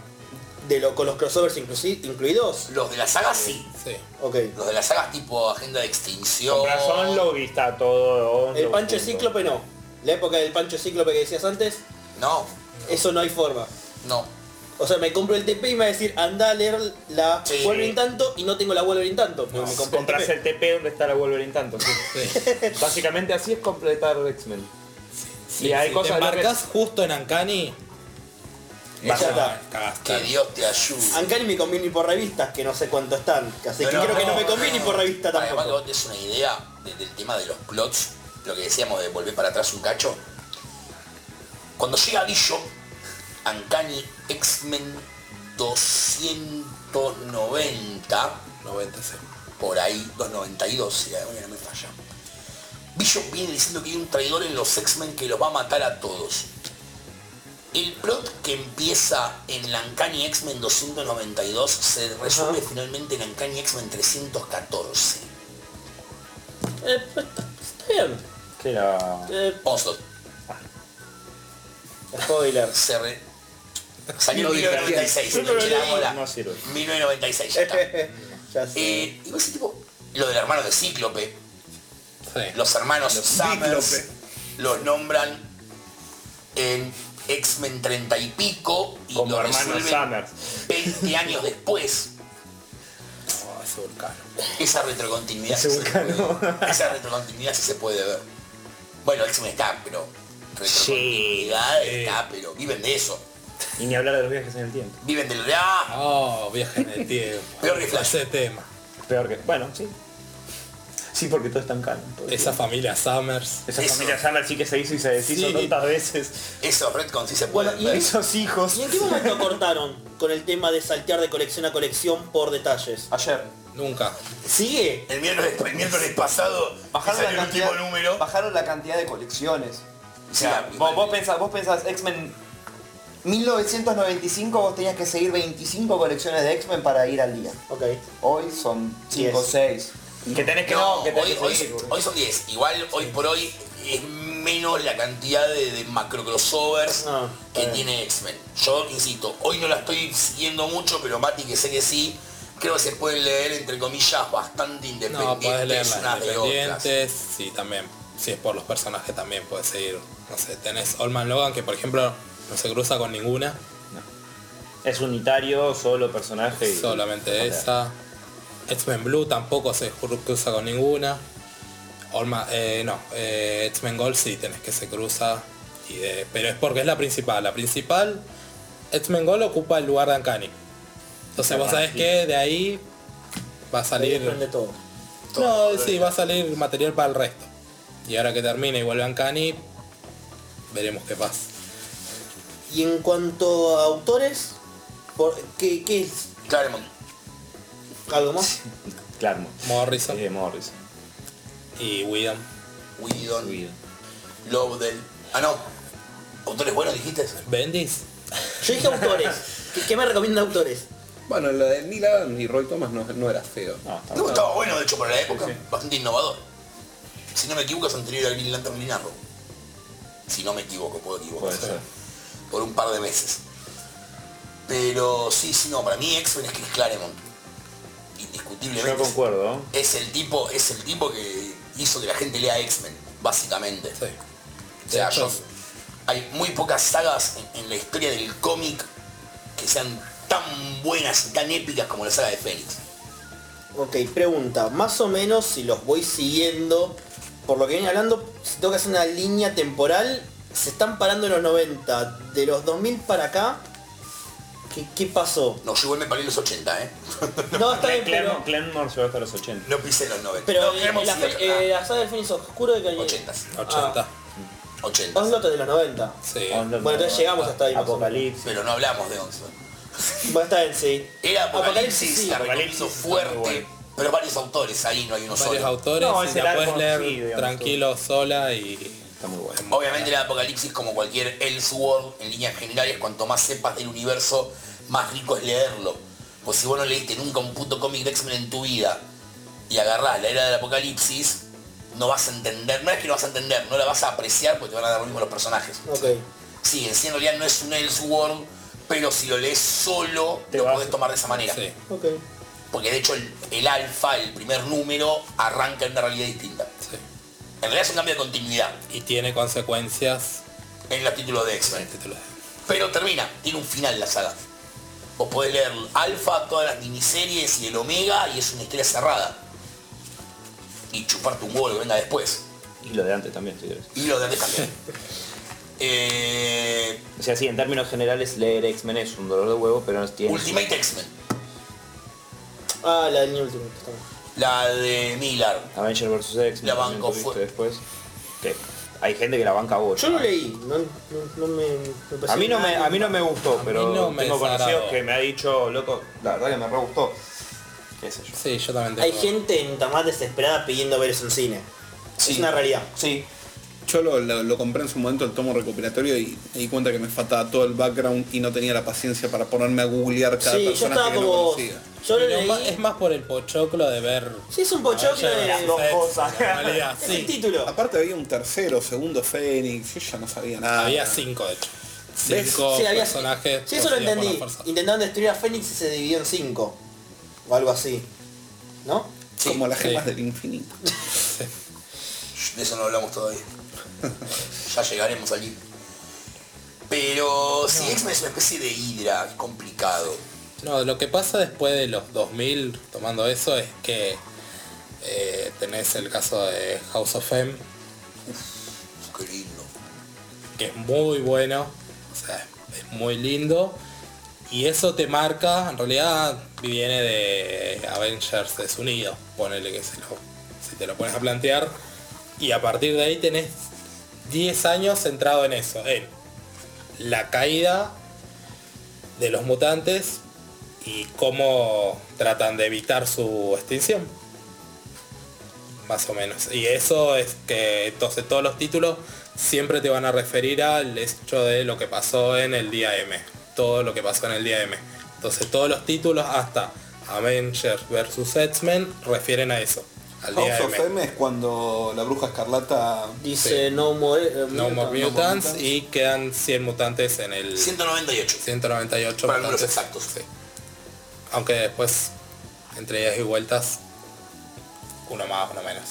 Speaker 6: de lo, con los crossovers inclusi- incluidos.
Speaker 1: Los de la saga sí.
Speaker 4: Sí.
Speaker 6: Ok.
Speaker 1: Los de la saga tipo agenda de extinción.
Speaker 2: Con razón Logi está todo.
Speaker 6: El Pancho
Speaker 2: junto.
Speaker 6: Cíclope no. La época del Pancho Cíclope que decías antes,
Speaker 1: No,
Speaker 6: eso no hay forma.
Speaker 1: no.
Speaker 6: O sea, me compro el TP y me va a decir, anda a leer la
Speaker 1: Sí.
Speaker 6: Wolverine tanto y no tengo la Wolverine tanto. porque me compré
Speaker 2: Compras
Speaker 6: el TP.
Speaker 2: el TP donde está la Wolverine tanto. sí. Básicamente así es completar X-Men.
Speaker 4: Sí,
Speaker 2: hay
Speaker 4: si
Speaker 2: cosas
Speaker 4: te
Speaker 2: de lo que-
Speaker 4: marcas justo en Ancani,
Speaker 6: Basta.
Speaker 4: No, cagaste.
Speaker 1: Que Dios te ayude.
Speaker 6: Uncanny me conviene por revistas, que no sé cuánto están. Así Ah, que
Speaker 1: Pero
Speaker 6: creo que no me conviene por revista
Speaker 1: Además que
Speaker 6: tampoco.
Speaker 1: vos tenés una idea de- del tema de los plots, lo que decíamos de volver para atrás un cacho. Cuando llega Billo, Ancani X-Men 290,
Speaker 4: 90 sí.
Speaker 1: por ahí, 292, si la memoria no me falla. Billo viene diciendo que hay un traidor en los X-Men que los va a matar a todos. El plot que empieza en la Uncanny X-Men 292 se resuelve finalmente en Uncanny X-Men 314.
Speaker 6: Eh, pues, está, está bien.
Speaker 2: Que era...
Speaker 6: Eh,
Speaker 1: Oso,
Speaker 6: spoiler.
Speaker 1: se re... Salió
Speaker 5: No
Speaker 1: en 1996,
Speaker 6: Yo no lo leí.
Speaker 1: chingámosla.
Speaker 2: No sirve.
Speaker 1: 1996, ya está.
Speaker 6: ya sé.
Speaker 1: Eh, y vos decís, tipo, lo del hermano de Cíclope,
Speaker 4: Sí.
Speaker 1: los hermanos Summers
Speaker 5: Cíclope.
Speaker 1: los nombran en X-Men 30 y pico y
Speaker 2: Como
Speaker 1: lo
Speaker 2: hermanos
Speaker 1: resuelven
Speaker 2: Summers.
Speaker 1: 20 años después.
Speaker 4: Oh, ese volcán.
Speaker 1: Esa retrocontinuidad sí se puede- Esa retrocontinuidad sí se puede ver. Bueno, X-Men está, pero retrocontinuidad está, pero viven de eso.
Speaker 2: Y ni hablar de los viajes en el tiempo.
Speaker 1: Viven del ¡Ah!
Speaker 4: Oh, viaje en el tiempo.
Speaker 1: Peor que Flash.
Speaker 4: Ese tema.
Speaker 2: Peor que... Bueno, sí. Sí, porque todo está en canon. todo el
Speaker 4: Esa familia Summers.
Speaker 2: Esa
Speaker 1: Eso.
Speaker 2: familia Sanders sí que se hizo y se deshizo
Speaker 4: Sí.
Speaker 2: tantas veces.
Speaker 1: Esos retcons sí se
Speaker 2: Bueno,
Speaker 1: pueden
Speaker 2: y
Speaker 1: ver.
Speaker 2: esos hijos.
Speaker 6: ¿Y en qué momento cortaron con el tema de saltear de colección a colección por detalles?
Speaker 3: Ayer.
Speaker 4: Nunca.
Speaker 6: ¿Sigue?
Speaker 1: El miércoles, el miércoles pasado
Speaker 3: Bajaron
Speaker 1: salió
Speaker 3: la,
Speaker 1: el
Speaker 3: cantidad,
Speaker 1: último número.
Speaker 3: bajaron la cantidad de colecciones.
Speaker 1: O sea,
Speaker 3: Vos, vos pensás, vos pensás X-Men 1995 vos tenías que seguir 25 colecciones de X-Men para ir al día.
Speaker 6: Ok.
Speaker 3: Hoy son 5 o
Speaker 6: Diez.
Speaker 3: 6. Que tenés que
Speaker 1: no,
Speaker 3: que tenés
Speaker 1: hoy,
Speaker 3: que
Speaker 1: hoy-
Speaker 3: seguir, boludo.
Speaker 1: hoy son 10. Igual hoy por hoy es menos la cantidad de, de macro crossovers
Speaker 6: Ah,
Speaker 1: que tiene X-Men. Yo insisto, hoy no la estoy siguiendo mucho, pero Mati que sé que sí, creo que se pueden leer entre comillas bastante
Speaker 4: No, podés leer
Speaker 1: independientes
Speaker 4: las
Speaker 1: unas de otras.
Speaker 4: independientes. Sí, también. Si es por los personajes también puedes seguir. No sé, tenés Olman Logan que por ejemplo no se cruza con ninguna.
Speaker 2: Es unitario, solo personaje. y-
Speaker 4: Solamente
Speaker 2: o sea,
Speaker 4: esa. X-Men Blue tampoco se cru- cruza con ninguna. Olma, eh, no, eh, X-Men Gold sí tenés que se cruza. y de- pero es porque es la principal. La principal, X-Men Gold ocupa el lugar de Ancani. Entonces vos sabés que de ahí va a
Speaker 6: Ahí
Speaker 4: salir...
Speaker 6: prende todo.
Speaker 4: No, sí, va a salir material para el resto. Y ahora que termine y vuelve Ancani, veremos qué pasa.
Speaker 6: Y en cuanto a autores, por- ¿qué, qué es?
Speaker 1: Claremont.
Speaker 6: ¿Algo más?
Speaker 2: Claremont.
Speaker 4: Morrison
Speaker 2: Es de Morris.
Speaker 4: y Whedon.
Speaker 1: Whedon, Lobdell. Ah no. Autores buenos dijiste.
Speaker 4: Ah, Bendis.
Speaker 6: Yo dije autores. ¿Qué, qué me recomiendan autores?
Speaker 5: Bueno, la de Neil Adams y Roy Thomas no, no era feo.
Speaker 2: No, está
Speaker 1: No, estaba bueno de hecho para la época, bastante innovador. Si no me equivoco es anterior a Green Lantern Green Arrow. Si no me equivoco, puedo equivocarme.
Speaker 2: Puede ser.
Speaker 1: Por un par de meses. Pero sí, sí, no, para mí X-Men es Chris Claremont.
Speaker 2: Yo
Speaker 1: Indiscutiblemente.
Speaker 2: concuerdo. ¿eh?
Speaker 1: es el tipo, es el tipo que hizo que la gente lea X-Men, básicamente.
Speaker 4: Sí.
Speaker 1: O sea,
Speaker 4: De hecho,
Speaker 1: yo- hay muy pocas sagas en, en la historia del cómic que sean tan buenas y tan épicas como la saga de Fénix.
Speaker 6: Ok, pregunta. Más o menos, si los voy siguiendo, por lo que vienen hablando, si tengo que hacer una línea temporal, se están parando en los 90. De los 2000 para acá, ¿qué, qué pasó?
Speaker 1: No, yo igual me paré en los 80, ¿eh?
Speaker 6: No, está bien, pero...
Speaker 2: Claremont Claremont se va hasta los 80.
Speaker 1: No pisé los 90.
Speaker 6: Pero
Speaker 1: no,
Speaker 6: eh,
Speaker 1: Claremont
Speaker 6: la,
Speaker 1: sí,
Speaker 6: fe-
Speaker 1: acá.
Speaker 6: eh, la saga del Fénix Oscuro de
Speaker 1: ah,
Speaker 6: que...
Speaker 1: 80s,
Speaker 4: 80.
Speaker 6: Ah.
Speaker 1: 80.
Speaker 6: Onslaught es de los 90.
Speaker 4: Sí.
Speaker 2: Onslaught,
Speaker 6: Bueno, entonces llegamos hasta ahí. más o menos.
Speaker 2: Apocalipsis.
Speaker 1: Pero no hablamos de 11.
Speaker 6: Bueno, está bien, sí.
Speaker 1: Era Apocalipsis,
Speaker 6: sí.
Speaker 1: la
Speaker 2: Apocalipsis
Speaker 1: recomiendo
Speaker 2: está muy
Speaker 1: fuerte,
Speaker 2: bueno.
Speaker 1: pero varios autores, ahí no hay uno
Speaker 4: varios
Speaker 1: solo.
Speaker 4: autores
Speaker 2: No,
Speaker 4: y
Speaker 2: es el
Speaker 4: la puedes
Speaker 2: arco en
Speaker 4: leer
Speaker 2: sí, digamos,
Speaker 4: tranquilo, sola y...
Speaker 2: Está muy bueno.
Speaker 1: Obviamente el Apocalipsis, como cualquier Elseworld, en líneas generales, cuanto más sepas del universo, más rico es leerlo. Pues si vos no leíste nunca un puto cómic de X-Men en tu vida y agarrás la era del Apocalipsis, no vas a entender, no es que no vas a entender, no la vas a apreciar porque te van a dar lo mismo los personajes.
Speaker 6: Ok.
Speaker 1: Sí, en sí en realidad no es un Elseworld, pero si lo lees solo,
Speaker 2: Te
Speaker 1: lo
Speaker 2: vas-
Speaker 1: podés tomar de esa manera.
Speaker 4: Sí.
Speaker 6: Ok.
Speaker 1: Porque de hecho el, el alfa, el primer número, arranca en una realidad distinta.
Speaker 4: Sí.
Speaker 1: En realidad es un cambio de continuidad
Speaker 4: Y tiene consecuencias Este
Speaker 1: en los títulos de
Speaker 4: en
Speaker 1: X-Men.
Speaker 4: el título.
Speaker 1: Pero termina, tiene un final la saga. Vos podés leer Alfa, todas las miniseries y el Omega y es una historia cerrada. Y chuparte un huevo que venga después.
Speaker 2: Y lo de antes también, si querés.
Speaker 1: Y lo de antes también. Eh,
Speaker 3: O sea, sí, en términos generales leer X-Men es un dolor de huevo, pero no tiene...
Speaker 1: Ultimate X-Men,
Speaker 6: Ah, la del New Ultimate. está bien.
Speaker 1: la de Miller.
Speaker 3: Avenger vs. X-Men.
Speaker 1: La
Speaker 3: también
Speaker 1: banco
Speaker 3: tuviste
Speaker 1: fue-
Speaker 3: después. Que hay gente que la banca vos.
Speaker 6: Yo lo leí, no, no, no me, me pareció
Speaker 3: A mí no me,
Speaker 6: nada.
Speaker 3: a mí no me gustó,
Speaker 4: mí
Speaker 3: pero
Speaker 4: no me
Speaker 3: tengo conocidos
Speaker 4: desagradó.
Speaker 3: que me ha dicho, loco, la verdad que me re gustó. Qué sé yo.
Speaker 4: Sí, yo también tengo.
Speaker 6: Hay gente en Tamar desesperada pidiendo ver eso en cine.
Speaker 5: Sí.
Speaker 6: Es una realidad.
Speaker 3: Sí,
Speaker 5: Yo lo, lo- lo compré en su momento el tomo recopilatorio y me di cuenta que me faltaba todo el background y no tenía la paciencia para ponerme a googlear cada
Speaker 6: Sí, yo
Speaker 5: personaje
Speaker 6: estaba
Speaker 5: que no
Speaker 6: como vos.
Speaker 5: conocía.
Speaker 6: Yo lo
Speaker 4: Pero
Speaker 6: leí.
Speaker 4: ma- es Ah, más por el pochoclo de ver.
Speaker 6: Sí, es un pochoclo
Speaker 4: Avenger
Speaker 6: de
Speaker 4: versus
Speaker 6: dos
Speaker 4: X-Men,
Speaker 6: cosas.
Speaker 4: en realidad,
Speaker 6: Es el
Speaker 4: sí.
Speaker 6: título.
Speaker 5: Aparte había un tercero, segundo Fénix, yo ya no sabía nada.
Speaker 2: Ah.
Speaker 4: Había cinco, de hecho.
Speaker 5: ¿Ves?
Speaker 4: Cinco
Speaker 6: Sí, había-
Speaker 4: personajes.
Speaker 6: Sí, eso lo
Speaker 4: poseídos por la
Speaker 6: entendí.
Speaker 4: fuerza.
Speaker 6: Intentaron destruir a Fénix y se dividió en cinco. O algo así. ¿No?
Speaker 5: como las
Speaker 4: sí.
Speaker 5: gemas del infinito.
Speaker 1: Shh, De eso no hablamos todavía. ya llegaremos allí. Pero si X-Men es una especie de hidra, es complicado.
Speaker 4: No, lo que pasa después de los 2000, tomando eso, es que eh, tenés el caso de House of M,
Speaker 1: Qué lindo.
Speaker 4: que es muy bueno, o sea, es muy lindo. Y eso te marca, en realidad viene de Avengers Desunido, ponele que se lo, si te lo pones a plantear. Y a partir de ahí tenés 10 años centrado en eso, en la caída de los mutantes y cómo tratan de evitar su extinción. Más o menos. Y eso es que entonces todos los títulos siempre te van a referir al hecho de lo que pasó en el día M. Todo lo que pasó en el día M. Entonces todos los títulos hasta Avengers vs. X-Men refieren a eso. Al día
Speaker 5: House of
Speaker 4: M.
Speaker 5: M es cuando la bruja escarlata
Speaker 6: Dice No More. eh,
Speaker 4: No More
Speaker 5: No More
Speaker 4: Mutants
Speaker 5: Mutants.
Speaker 4: y quedan 100 mutantes en el
Speaker 1: 198.
Speaker 4: 198
Speaker 1: Para números
Speaker 4: mutantes.
Speaker 1: exactos.
Speaker 4: Sí. Aunque después, entre idas y vueltas, uno más, uno menos.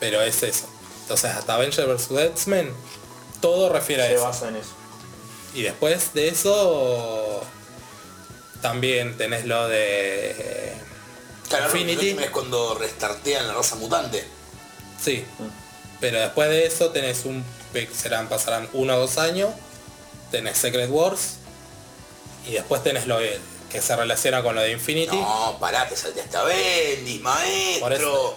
Speaker 4: Pero es eso. Entonces hasta Avenger vs. X-Men, todo refiere a
Speaker 3: se
Speaker 4: eso.
Speaker 3: basa en eso.
Speaker 4: Y después de eso, también tenés lo de... eh,
Speaker 1: Claro,
Speaker 4: Infinity.
Speaker 1: X-Men es cuando restartean la raza mutante.
Speaker 4: Sí. Pero después de eso tenés un... Serán, pasarán uno o dos años. Tenés Secret Wars. Y después tenés lo de- que se relaciona con lo de Infinity.
Speaker 1: No, pará, te salteaste a Bendis,
Speaker 4: Por
Speaker 1: maestro.
Speaker 4: eso.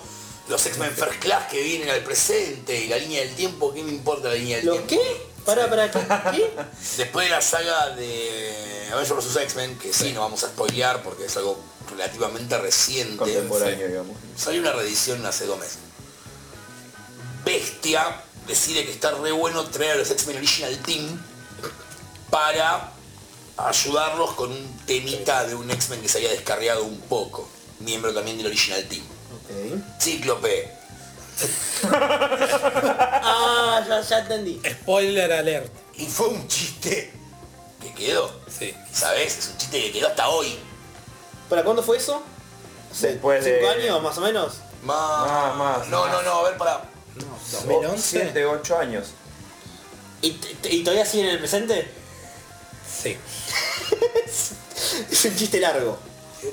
Speaker 1: Los X-Men First Class que vienen al presente y la línea del tiempo, ¿qué me importa la línea del
Speaker 6: ¿Los
Speaker 1: tiempo?
Speaker 6: qué? Para, para, ¿qué? ¿Qué?
Speaker 1: Después de la saga de Avengers vs X-Men, que sí, no vamos a spoilear porque es algo relativamente reciente,
Speaker 3: Contemporáneo, digamos.
Speaker 1: salió una reedición hace dos meses. Bestia decide que está re bueno traer a los X-Men Original Team para ayudarlos con un temita de un X-Men que se había descarriado un poco, miembro también del Original Team.
Speaker 6: Ok.
Speaker 1: Cíclope,
Speaker 6: Ah, ya, ya entendí.
Speaker 4: Spoiler alert.
Speaker 1: Y fue un chiste que quedó.
Speaker 4: Sí.
Speaker 1: ¿Sabes? Es un chiste que quedó hasta hoy.
Speaker 6: ¿Para cuándo fue eso? ¿Hace
Speaker 3: Después de-
Speaker 6: ¿Cinco años más o menos?
Speaker 1: Más.
Speaker 3: Más, más,
Speaker 1: No, no,
Speaker 3: más.
Speaker 1: no, a ver, para.
Speaker 4: 2011.
Speaker 3: 7, 8 años.
Speaker 6: ¿Y, t- t- y todavía sigue en el presente?
Speaker 4: Sí.
Speaker 6: Es un chiste largo.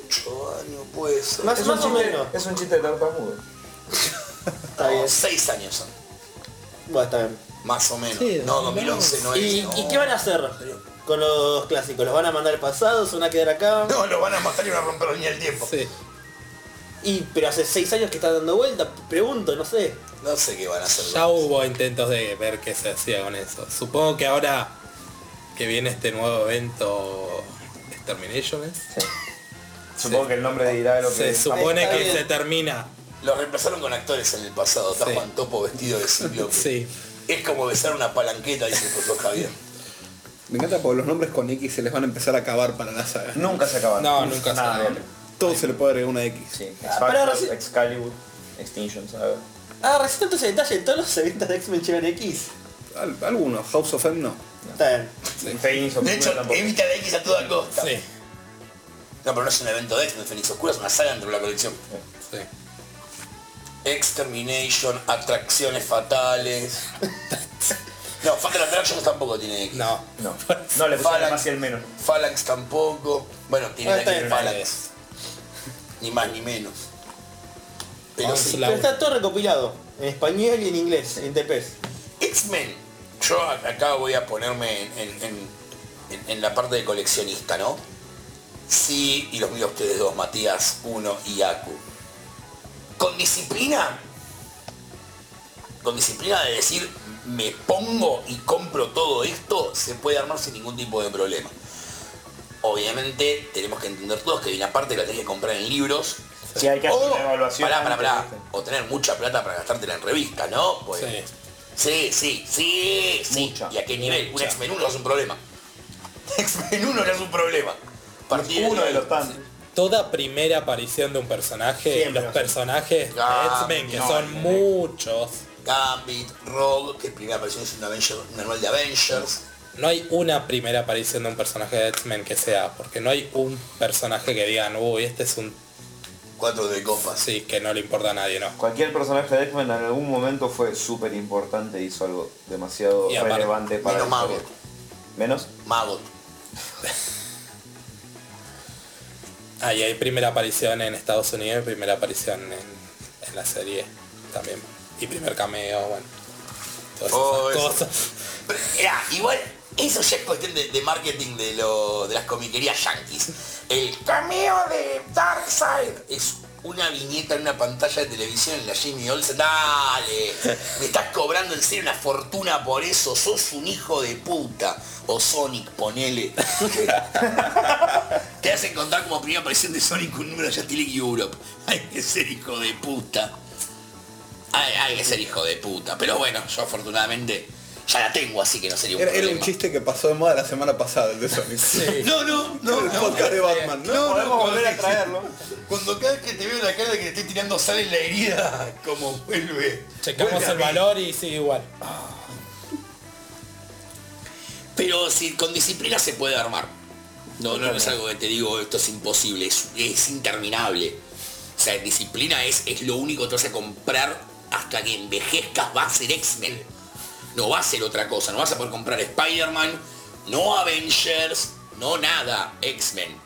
Speaker 1: 8 años, pues.
Speaker 6: Más,
Speaker 3: Es
Speaker 6: más o
Speaker 3: un chiste-
Speaker 6: menos.
Speaker 3: Es un chiste de tartamudo.
Speaker 6: Está bien.
Speaker 1: 6 años son.
Speaker 6: Bueno, está bien.
Speaker 1: Más o menos.
Speaker 4: Sí,
Speaker 1: no, 2011 no es.
Speaker 6: ¿Y,
Speaker 1: no.
Speaker 6: y qué van a hacer con los clásicos? ¿Los van a mandar al pasado? ¿Se van a quedar acá?
Speaker 1: No, lo van a matar y van a romper la línea del tiempo.
Speaker 4: Sí.
Speaker 6: Y pero hace seis años que está dando vuelta, pregunto, no sé.
Speaker 1: No sé qué van a hacer.
Speaker 4: Ya hubo intentos de ver qué se hacía con eso. Supongo que ahora que viene este nuevo evento Exterminations,
Speaker 3: Supongo que el nombre dirá lo que
Speaker 4: se
Speaker 3: es.
Speaker 4: supone
Speaker 6: Está
Speaker 4: que
Speaker 6: bien.
Speaker 4: se termina.
Speaker 1: Lo reemplazaron con actores en el pasado. Está
Speaker 4: Sí.
Speaker 1: Juan Topo vestido de Cíclope.
Speaker 4: Sí.
Speaker 1: Es como besar una palanqueta, dice el profesor Javier.
Speaker 5: Me encanta porque los nombres con X se les van a empezar a acabar para la saga.
Speaker 3: Nunca se acaba.
Speaker 4: No, nunca se
Speaker 3: Nada,
Speaker 4: acaba.
Speaker 3: bien.
Speaker 5: Todo se le puede agregar una X.
Speaker 3: Sí.
Speaker 6: Pará,
Speaker 3: X-Factor,
Speaker 6: reci-
Speaker 3: Excalibur, Extinction, ¿sabes?
Speaker 6: Ah, recién tanto ese detalle, todos los eventos de X-Men llevan X.
Speaker 5: Al- algunos, House of M no.
Speaker 6: Está bien.
Speaker 3: Fénix o
Speaker 1: De hecho,
Speaker 3: tampoco.
Speaker 1: evita la X a toda costa.
Speaker 4: Sí.
Speaker 1: No, pero no es un evento de X-Men Fénix Oscura, es una saga dentro de la colección.
Speaker 4: sí.
Speaker 1: Extermination, atracciones fatales. No, Fatal Attractions tampoco tiene X.
Speaker 4: No.
Speaker 3: No. No, le pusieron
Speaker 1: Phalanx.
Speaker 3: el más y el menos.
Speaker 1: Phalanx tampoco. Bueno, tiene
Speaker 6: Ah,
Speaker 1: la
Speaker 6: está
Speaker 1: X
Speaker 6: bien.
Speaker 1: Phalanx. Ni más ni menos. Pero sí.
Speaker 4: Onslaught.
Speaker 6: Pero está todo recopilado, en español y en inglés, en TPs.
Speaker 1: X-Men. Yo a- acá voy a ponerme en, en- en- en- en la parte de coleccionista, ¿no? Sí, y los miro a ustedes dos, Matías, uno y Aku. Con disciplina, con disciplina de decir, me pongo y compro todo esto, se puede armar sin ningún tipo de problema. Obviamente tenemos que entender todos que hay una parte que la tenés que comprar en libros.
Speaker 2: Sí, hay que hacer
Speaker 1: o,
Speaker 2: una evaluación
Speaker 1: pará, pará, pará,
Speaker 2: antes, este. ¿viste?
Speaker 1: o tener mucha plata para gastártela en revistas, ¿no? Pues,
Speaker 4: Sí.
Speaker 1: Sí, sí, sí, sí.
Speaker 2: Mucha.
Speaker 1: ¿Y a qué nivel? Un
Speaker 4: Mucha.
Speaker 1: X-Men 1 no es un problema. X-Men 1 no es un problema. Partir
Speaker 2: Uno de los tantos.
Speaker 4: Toda primera aparición de un personaje,
Speaker 6: Siempre
Speaker 4: los
Speaker 6: lo
Speaker 4: personajes de
Speaker 1: Ah,
Speaker 4: X-Men, que
Speaker 1: no,
Speaker 4: son
Speaker 1: no, no.
Speaker 4: muchos,
Speaker 1: Gambit, Rogue, que primera aparición es un, Avenger, un anual de Avengers.
Speaker 4: no hay una primera aparición de un personaje de X-Men que sea, porque no hay un personaje que digan, uy, este es un
Speaker 1: Cuatro de copas.
Speaker 4: sí que no le importa a nadie, no.
Speaker 3: Cualquier personaje de X-Men en algún momento fue súper importante, hizo algo demasiado
Speaker 4: Y aparte,
Speaker 3: relevante para...
Speaker 1: Menos
Speaker 3: la
Speaker 1: Mago.
Speaker 3: historia. Menos.
Speaker 1: Mago.
Speaker 4: Ahí hay primera aparición en Estados Unidos, primera aparición en, en la serie también. Y primer cameo, bueno. Todas
Speaker 1: Oh,
Speaker 4: esas
Speaker 1: eso.
Speaker 4: cosas.
Speaker 1: Pero, mirá, igual, eso ya es cuestión de, de marketing de, lo- de las comiquerías yankees. El cameo de Darkseid es una viñeta en una pantalla de televisión en la Jimmy Olsen. Dale, me estás cobrando en serio una fortuna por eso. Sos un hijo de puta. O Sonic, ponele. Te hacen contar como primera aparición de Sonic un número de Justice League Europe. Hay que ser hijo de puta. Hay, hay que ser hijo de puta. Pero bueno, yo afortunadamente ya la tengo, así que no sería un
Speaker 5: Era, era
Speaker 1: problema.
Speaker 5: un chiste que pasó de moda la semana pasada, el de Sonic.
Speaker 1: No, no, no,
Speaker 5: El
Speaker 1: no.
Speaker 5: podcast de Batman. No, no,
Speaker 3: Podemos
Speaker 5: cuando-
Speaker 3: volver a traerlo.
Speaker 1: Cuando cada vez que te veo la cara de que te estoy tirando sal en la herida, como vuelve.
Speaker 4: Checamos
Speaker 1: vuelve a
Speaker 4: el
Speaker 1: mí.
Speaker 4: valor y sigue igual.
Speaker 1: Pero si con disciplina se puede armar. No, no, no es algo que te digo, esto es imposible, es, es interminable. O sea, disciplina es, es lo único que te vas a comprar hasta que envejezcas, va a ser X-Men. No va a ser otra cosa, no vas a poder comprar Spider-Man, no Avengers, no nada, X-Men.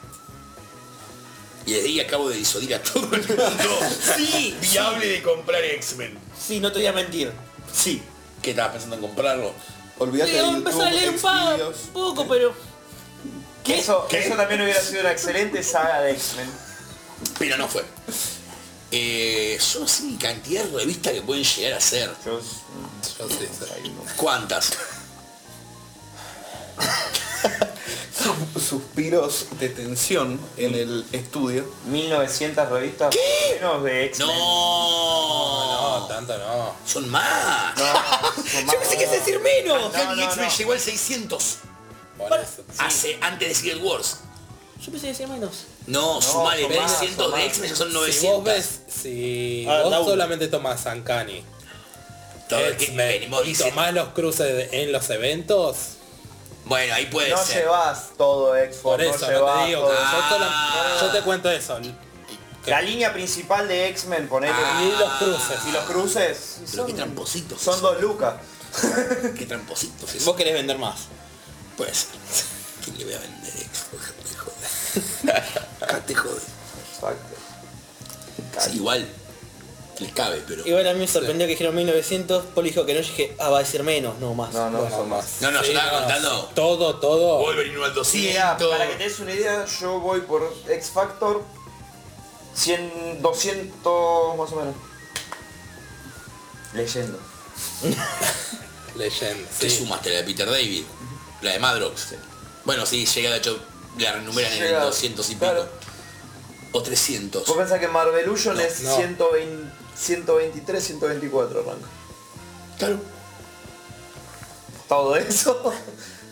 Speaker 1: Y desde ahí acabo de disuadir a todo el mundo. sí, viable de comprar X-Men.
Speaker 6: Sí, no te voy a mentir.
Speaker 1: Sí. ¿Qué estabas pensando en comprarlo?
Speaker 5: Olvídate
Speaker 6: Sí,
Speaker 5: de
Speaker 6: vamos a empezar a leer un pa-
Speaker 5: Xvideos.
Speaker 6: poco, pero... ¿Qué?
Speaker 3: Eso,
Speaker 1: ¿Qué?
Speaker 3: eso también hubiera sido una excelente saga de X-Men.
Speaker 1: Pero no fue. Eh, yo no sé ni cantidad de revistas que pueden llegar a ser.
Speaker 3: Yo-
Speaker 4: Yo sí sé.
Speaker 1: ¿Cuántas?
Speaker 5: Suspiros de tensión en el estudio.
Speaker 3: 1900 revistas menos de X-Men.
Speaker 4: No,
Speaker 1: No,
Speaker 4: tanto no.
Speaker 1: son más.
Speaker 3: son más.
Speaker 1: Yo pensé que es decir menos.
Speaker 3: No,
Speaker 1: Harry
Speaker 3: no,
Speaker 1: X-Men
Speaker 3: no.
Speaker 1: llegó al 600
Speaker 4: Por eso.
Speaker 1: hace antes de Civil Wars.
Speaker 6: Yo pensé decir menos.
Speaker 1: No, sumale
Speaker 3: son más,
Speaker 1: 300
Speaker 3: son más.
Speaker 1: de X-Men ya son
Speaker 4: Si vos
Speaker 1: 900.
Speaker 4: ves, si
Speaker 2: Ah, da
Speaker 4: vos
Speaker 2: uno.
Speaker 4: solamente tomás Ancani,
Speaker 1: Todo el que venimos
Speaker 4: y
Speaker 1: diciendo.
Speaker 4: tomás los cruces de- en los eventos,
Speaker 1: Bueno, ahí puede
Speaker 3: No
Speaker 1: ser.
Speaker 3: llevas todo Expo,
Speaker 4: por eso
Speaker 3: no
Speaker 4: no
Speaker 3: llevas
Speaker 4: te digo,
Speaker 3: todo.
Speaker 4: que yo, solo-
Speaker 1: Ah.
Speaker 4: yo te cuento eso. Y
Speaker 3: La línea principal de X-Men, ponele.
Speaker 1: Ah.
Speaker 4: los cruces.
Speaker 3: Y los cruces
Speaker 1: Pero qué
Speaker 3: son,
Speaker 1: trampositos. que
Speaker 3: son dos lucas.
Speaker 1: son, Qué trampositos. que son.
Speaker 2: Vos querés vender más.
Speaker 1: Puede ser. ¿Quién le voy a vender X-Men? Te jode. Acá te jode.
Speaker 3: Exacto.
Speaker 1: Sí, igual. Les cabe, pero.
Speaker 2: Igual a mí me sorprendió que dijeron 1900, Paul dijo que no, yo dije, ah, va a decir menos, no más.
Speaker 3: No, no, son más.
Speaker 1: No, no, yo estaba contando.
Speaker 4: Todo, todo.
Speaker 1: Wolverine 1 al
Speaker 3: Sí,
Speaker 1: 200.
Speaker 3: ah, para que te des una idea, yo voy por X Factor 100, 200 más o menos. Leyendo.
Speaker 4: Leyenda.
Speaker 1: Te
Speaker 4: sí.
Speaker 1: sumaste la de Peter David, la de Madrox. Bueno, sí, llega de hecho, la renumeran en el
Speaker 3: Llega,
Speaker 1: 200 y
Speaker 3: claro.
Speaker 1: pico. O 300.
Speaker 3: Vos pensás que Marvelusion es
Speaker 4: no.
Speaker 3: 120, 123, 124 arranca.
Speaker 1: Claro.
Speaker 3: Todo eso.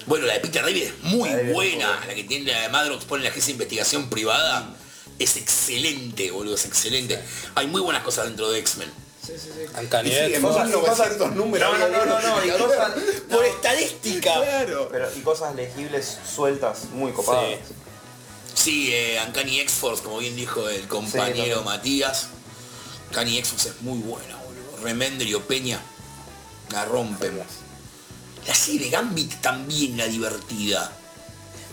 Speaker 1: Bueno, la de Peter David es muy
Speaker 3: La de-
Speaker 1: buena. La que tiene la de Madrox, pone la que es investigación
Speaker 3: Mm.
Speaker 1: privada. Es excelente, boludo, es excelente. Hay muy buenas cosas dentro de X-Men.
Speaker 4: Uncanny
Speaker 5: Y sí,
Speaker 4: X-Men.
Speaker 5: en
Speaker 3: cosas-
Speaker 5: no
Speaker 3: cosas-
Speaker 5: estos números.
Speaker 3: No, no, no, no, no, y cosas,
Speaker 6: Por estadística.
Speaker 5: Claro.
Speaker 3: pero, y cosas legibles sueltas, muy copadas.
Speaker 4: Sí.
Speaker 1: Sí, eh, Uncanny X-Force, como bien dijo el compañero
Speaker 3: también.
Speaker 1: Matías. Uncanny X-Force es muy buena, boludo. Remendrio, Peña, la rompen. La serie de Gambit también la divertida.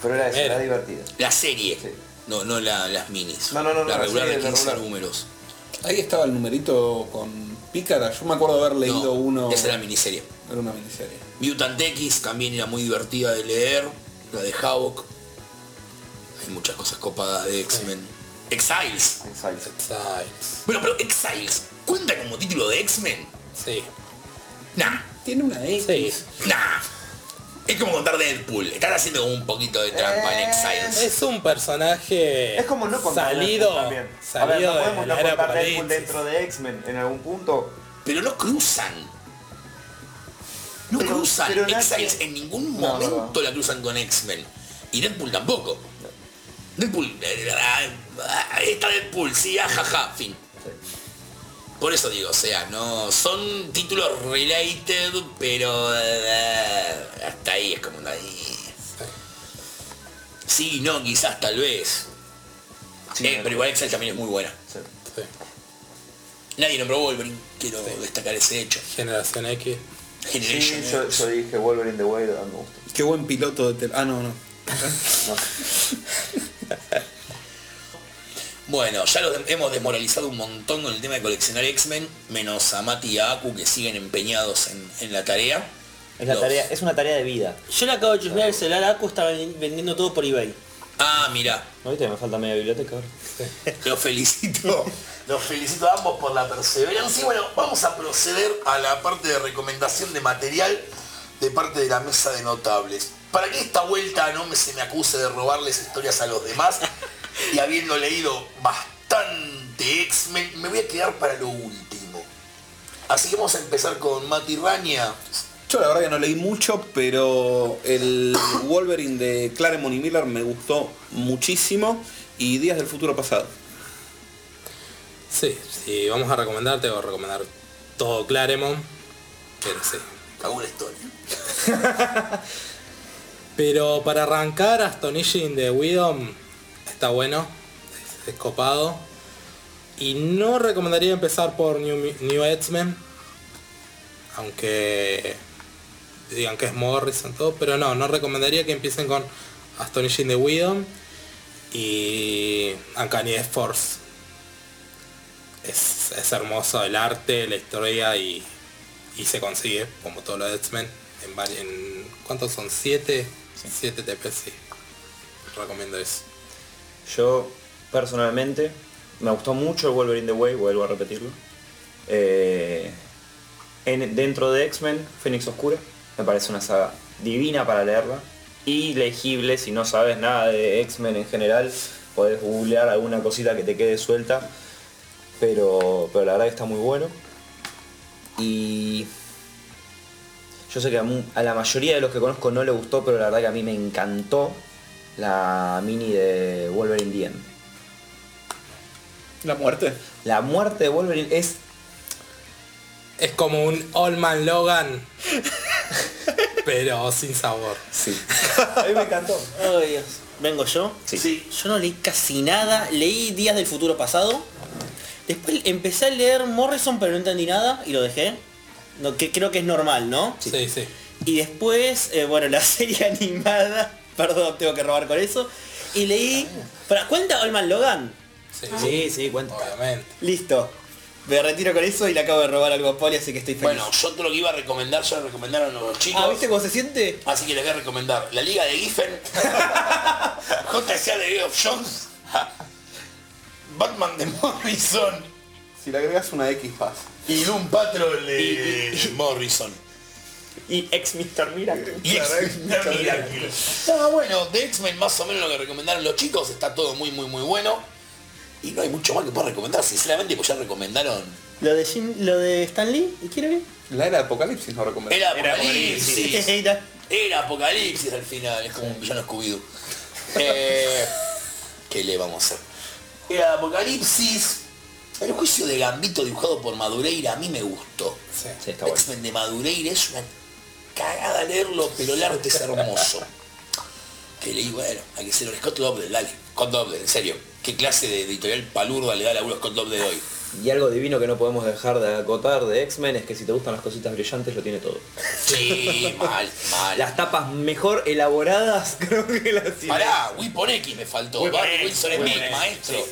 Speaker 3: Pero era eso,
Speaker 4: Mira.
Speaker 3: era divertido.
Speaker 1: La serie.
Speaker 3: Sí.
Speaker 1: No, no la- las minis.
Speaker 3: No, no, no,
Speaker 1: la
Speaker 3: no, la
Speaker 1: regular
Speaker 3: serie
Speaker 1: de
Speaker 3: de
Speaker 1: 15
Speaker 3: regular.
Speaker 1: números.
Speaker 5: Ahí estaba el numerito con Pícara. Yo me acuerdo haber leído
Speaker 1: No,
Speaker 5: uno.
Speaker 1: Esa era la miniserie.
Speaker 5: era una miniserie.
Speaker 1: Mutant X también era muy divertida de leer. La de Havok. Hay muchas cosas copadas de X-Men. Exiles.
Speaker 2: Exacto.
Speaker 4: Exiles.
Speaker 1: Bueno, pero Exiles cuenta como título de X-Men.
Speaker 4: Sí.
Speaker 1: Nah,
Speaker 5: Tiene una X.
Speaker 4: Sí.
Speaker 1: nah. Es como contar Deadpool. Estás haciendo como un poquito de trampa en Exiles.
Speaker 4: Es un personaje
Speaker 3: Es como no contar
Speaker 4: salido,
Speaker 3: Deadpool también.
Speaker 4: salido
Speaker 3: a ver, no podemos
Speaker 4: de la
Speaker 3: no
Speaker 4: era
Speaker 3: contar Deadpool
Speaker 4: apocalipsis.
Speaker 3: dentro de X-Men en algún punto.
Speaker 1: Pero no cruzan. No
Speaker 3: Pero-
Speaker 1: cruzan.
Speaker 3: pero nadie-
Speaker 1: Exiles en ningún
Speaker 3: No,
Speaker 1: momento
Speaker 3: no,
Speaker 1: la cruzan con X-Men. Y Deadpool tampoco. Deadpool. eh, ah, ah, está Deadpool, sí, ajaja, fin. Por eso digo, o sea, no. Son títulos related, pero. eh, hasta ahí es como una. Sí, no, quizás tal vez. Eh, pero igual Excel también es muy buena.
Speaker 4: Sí.
Speaker 1: Nadie nombró Wolverine, quiero destacar ese hecho.
Speaker 4: Generación X.
Speaker 3: Sí,
Speaker 1: Generation
Speaker 2: eh.
Speaker 3: yo,
Speaker 1: X.
Speaker 3: yo dije Wolverine the Way, no me gusta.
Speaker 5: Qué buen piloto de tel- Ah, no, no.
Speaker 1: Bueno, ya los hemos desmoralizado un montón con el tema de coleccionar X-Men, menos a Mati y a Aku que siguen empeñados en, en la tarea.
Speaker 2: Es, la
Speaker 1: Los-
Speaker 2: tarea, es una tarea de vida.
Speaker 7: Yo le acabo de chusmear el celular a Aku, estaba vendiendo todo por eBay.
Speaker 1: Ah, mirá,
Speaker 2: ¿No viste? Me falta media biblioteca ahora.
Speaker 1: los felicito. Los felicito a ambos por la perseverancia. Y bueno, vamos a proceder a la parte de recomendación de material de parte de la mesa de notables. Para que esta vuelta no me, se me acuse de robarles historias a los demás, y habiendo leído bastante X-Men, me voy a quedar para lo último. Así que vamos a empezar con Mati Raña.
Speaker 5: Yo la verdad que no leí mucho, pero el Wolverine de Claremont y Miller me gustó muchísimo. Y Días del Futuro Pasado.
Speaker 4: Sí, si vamos a recomendar, te voy a recomendar todo Claremont. Pero sí.
Speaker 1: Cagó la historia.
Speaker 4: Pero para arrancar, Astonishing de Widow está bueno, es, es copado. Y no recomendaría empezar por New, Mu- New X-Men, aunque digan que es Morrison todo, pero no, no recomendaría que empiecen con Astonishing the Widow y Uncanny Force. Es, es hermoso el arte, la historia y, y se consigue, como todo lo de X-Men, en, vari- en- ¿cuántos son? ¿Siete? Siete TP, sí. Recomiendo eso.
Speaker 3: Yo, personalmente, me gustó mucho el Wolverine the Way, vuelvo a repetirlo. Eh, en- dentro de X-Men, Fénix Oscura, me parece una saga divina para leerla. Y legible, si no sabes nada de X-Men en general, podés googlear alguna cosita que te quede suelta. Pero, pero la verdad que está muy bueno. Y yo sé que a, mu- a la mayoría de los que conozco no le gustó, pero la verdad que a mí me encantó la mini de Wolverine Diem.
Speaker 5: La muerte.
Speaker 3: La muerte de Wolverine es
Speaker 4: Es como un Old Man Logan, pero sin sabor.
Speaker 3: A mí me encantó.
Speaker 7: Oh, Dios. ¿Vengo yo?
Speaker 3: Sí.
Speaker 7: Yo no leí casi nada. Leí Días del Futuro Pasado. Después empecé a leer Morrison, pero no entendí nada y lo dejé. No, que creo que es normal, ¿no?
Speaker 4: Sí, sí. sí.
Speaker 7: Y después, eh, bueno, la serie animada. Perdón, tengo que robar con eso. Y leí... ¿Para cuenta Olman Logan? Ah. Sí, sí, cuenta.
Speaker 4: Obviamente.
Speaker 7: Listo. Me retiro con eso y le acabo de robar algo a Poli, así que estoy feliz.
Speaker 1: Bueno, yo todo lo que iba a recomendar, ya lo recomendaron los chicos.
Speaker 7: ah, ¿viste cómo se siente?
Speaker 1: Así que les voy a recomendar la Liga de Giffen, JCA de Game of Jones, Batman de Morrison
Speaker 5: Si le agregas una X pasa.
Speaker 1: y Doom Patrol de Morrison.
Speaker 3: Y ex Mr. Miracle.
Speaker 1: Y X-Men Miracle. No, bueno, de X-Men más o menos lo que recomendaron los chicos, está todo muy muy muy bueno. Y no hay mucho más que pueda recomendar, sinceramente, pues ya recomendaron.
Speaker 7: ¿Lo de, Jim, lo de Stan Lee? ¿Quiere ver?
Speaker 5: La era de Apocalipsis no recomiendo.
Speaker 1: Era Apocalipsis.
Speaker 7: Era-
Speaker 1: Era Apocalipsis al final, es como un villano Scooby-Doo. Eh, ¿Qué le vamos a hacer? Era Apocalipsis. El juicio de Gambito dibujado por Madureira a mí me gustó.
Speaker 4: Sí.
Speaker 3: Sí, está bueno.
Speaker 1: X-Men de Madureira es una cagada leerlo, pero el arte es hermoso. Que leí, bueno, hay que ser un Scott Doble, dale. Scott Doble, en serio. ¿Qué clase de editorial palurda le da la a Scott Doble hoy?
Speaker 3: Y algo divino que no podemos dejar de acotar de X-Men es que si te gustan las cositas brillantes lo tiene todo.
Speaker 1: Sí, mal, mal.
Speaker 3: Las tapas mejor elaboradas creo que las tiene.
Speaker 1: eh. Pará, Weapon X me faltó.
Speaker 4: Weapon
Speaker 1: Barry
Speaker 4: X,
Speaker 1: Wilson es
Speaker 4: Weapon
Speaker 1: mi
Speaker 4: X,
Speaker 1: maestro.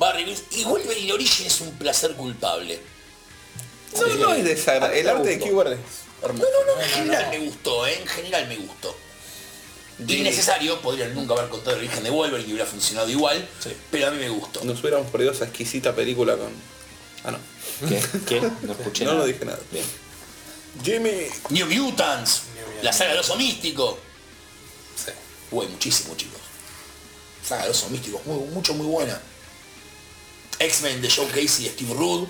Speaker 1: Barry Lewis y Wolverine Origin es un placer culpable.
Speaker 5: No, no es desagradable. El arte de Keyword es
Speaker 1: No,
Speaker 5: hermoso.
Speaker 1: no, no, en general me gustó, ¿eh? en general me gustó. Innecesario, podrían nunca haber contado el origen de Wolverine y hubiera funcionado igual, pero a mí me gustó.
Speaker 5: Nos hubiéramos perdido esa exquisita película con... Ah, no.
Speaker 2: ¿Qué? ¿Qué? No escuché
Speaker 5: No
Speaker 2: nada.
Speaker 5: lo dije nada. Jimmy...
Speaker 1: New Mutants, la saga del oso místico.
Speaker 4: Sí.
Speaker 1: Uy, muchísimo, chicos. Saga del oso místico, muy, mucho, muy buena. X-Men de Joe Casey y Steve Rude.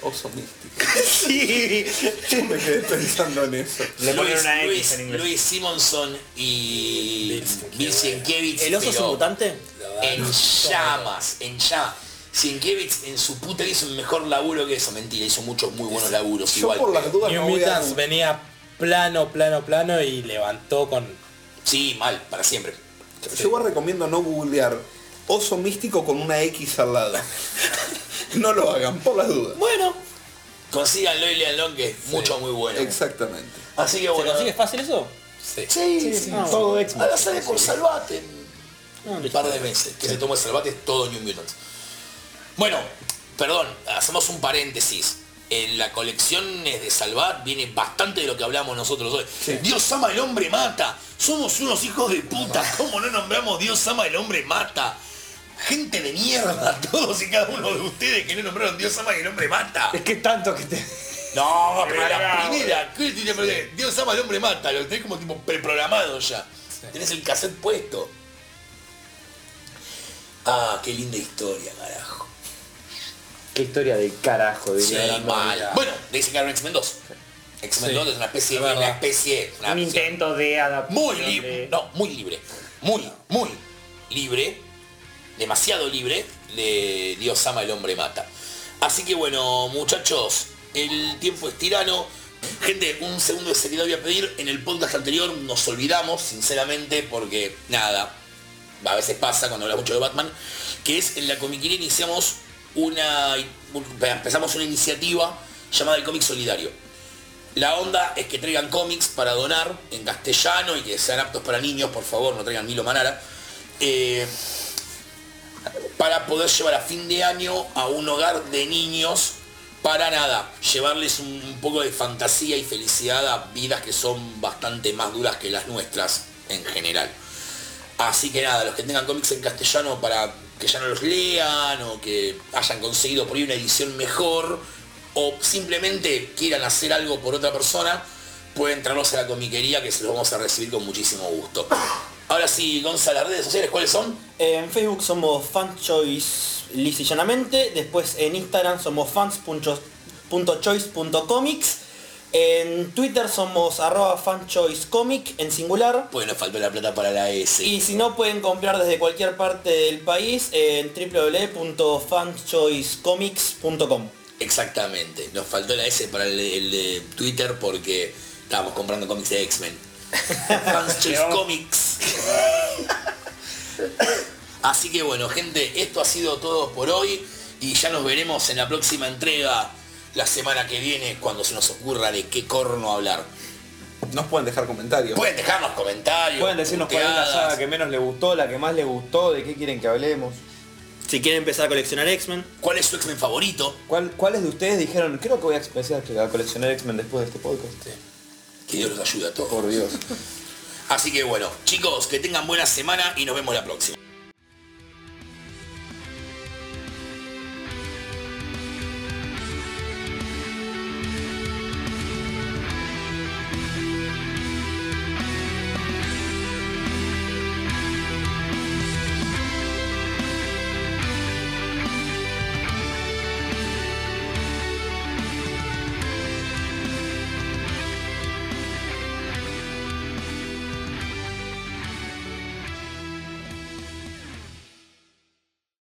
Speaker 5: Oso místico. sí. Yo me quedé pensando en eso.
Speaker 2: Le
Speaker 1: Luis,
Speaker 2: ponen una X
Speaker 1: Luis-
Speaker 2: en inglés.
Speaker 1: Luis Simonson y Bill Sienkiewicz.
Speaker 7: ¿El oso es un
Speaker 1: pero-
Speaker 7: mutante?
Speaker 1: en llamas, en llamas. Sienkiewicz en su puta hizo un mejor laburo que eso, mentira, hizo muchos muy buenos laburos
Speaker 5: Yo
Speaker 1: igual.
Speaker 5: por las dudas
Speaker 4: New
Speaker 5: no voy a...
Speaker 4: Mutants venía plano, plano, plano y levantó con...
Speaker 1: Sí, mal, para siempre.
Speaker 5: Yo igual recomiendo no googlear oso místico con una X al lado. no lo hagan, por las dudas.
Speaker 7: Bueno,
Speaker 1: Consíganlo y leanlo que es mucho muy bueno.
Speaker 5: Exactamente.
Speaker 1: Así que
Speaker 7: ¿se
Speaker 1: bueno.
Speaker 7: consigue fácil eso?
Speaker 4: Sí.
Speaker 1: Sí, sí,
Speaker 7: Ah,
Speaker 2: Todo X-Men.
Speaker 1: Ahora sale por Salvate en
Speaker 7: No,
Speaker 1: un par de meses. Que se toma el Salvate es todo New Mutants. Bueno, perdón, hacemos un paréntesis. En la colección de Salvat viene bastante de lo que hablamos nosotros hoy. Dios ama, el hombre mata. Somos unos hijos de puta. ¿Cómo no nombramos Dios ama, el hombre mata? Gente de mierda, todos y cada uno de ustedes que no nombraron Dios ama y el hombre mata.
Speaker 2: Es que tanto que te...
Speaker 1: No, pero la primera, ¿qué tiene que perder? Dios ama al hombre mata, lo tenés como tipo preprogramado ya. Tenés el cassette puesto. Ah, qué linda historia, carajo.
Speaker 2: Qué historia del carajo,
Speaker 1: Sí,
Speaker 2: diría. Brandon.
Speaker 1: mal. Bueno, le dicen que era un X-Men 2. X-Men
Speaker 4: Sí,
Speaker 1: 2 es una especie,
Speaker 4: es
Speaker 1: una
Speaker 4: verdad.
Speaker 1: especie, una
Speaker 2: Un
Speaker 1: especie-
Speaker 2: intento de adaptación.
Speaker 1: muy
Speaker 2: de-
Speaker 1: libre, no, muy libre, muy, muy libre, demasiado libre, de Dios ama el hombre mata. Así que bueno, muchachos, el tiempo es tirano. Gente, un segundo de seriedad voy a pedir. En el podcast anterior nos olvidamos, sinceramente, porque nada, a veces pasa cuando habla mucho de Batman, que es en la comiquería iniciamos una, empezamos una iniciativa llamada el cómic solidario. La onda es que traigan cómics para donar en castellano y que sean aptos para niños, por favor, no traigan Milo Manara. Eh, para poder llevar a fin de año a un hogar de niños para nada, llevarles un, un poco de fantasía y felicidad a vidas que son bastante más duras que las nuestras en general. Así que nada, los que tengan cómics en castellano para que ya no los lean o que hayan conseguido por ahí una edición mejor o simplemente quieran hacer algo por otra persona, pueden traerlos a la comiquería que se los vamos a recibir con muchísimo gusto. Ahora sí, Gonzalo, las redes sociales, ¿cuáles son?
Speaker 7: En Facebook somos fanschoice lisa y llanamente. Después en Instagram somos fans.choice.comics. En Twitter somos arroba fanchoicecomic en singular.
Speaker 1: Bueno, Pues faltó la plata para la S.
Speaker 7: Y si no pueden comprar desde cualquier parte del país en www.fanchoicecomics.com.
Speaker 1: Exactamente, nos faltó la S para el, el de Twitter porque estábamos comprando cómics de X-Men. Fans Choice Comics. Así que bueno, gente, esto ha sido todo por hoy y ya nos veremos en la próxima entrega la semana que viene cuando se nos ocurra de qué corno hablar.
Speaker 5: Nos pueden dejar comentarios.
Speaker 1: Pueden dejarnos comentarios.
Speaker 2: Pueden decirnos cuál es la
Speaker 1: puteadas.
Speaker 2: saga que menos les gustó, la que más les gustó, de qué quieren que hablemos.
Speaker 7: Si quieren empezar a coleccionar X-Men,
Speaker 1: cuál es su X-Men favorito.
Speaker 2: ¿Cuál- ¿Cuáles de ustedes dijeron, creo que voy a empezar a coleccionar X-Men después de este podcast?
Speaker 1: Que Dios los ayude a todos.
Speaker 2: Por Dios.
Speaker 1: Así que bueno, chicos, que tengan buena semana y nos vemos la próxima.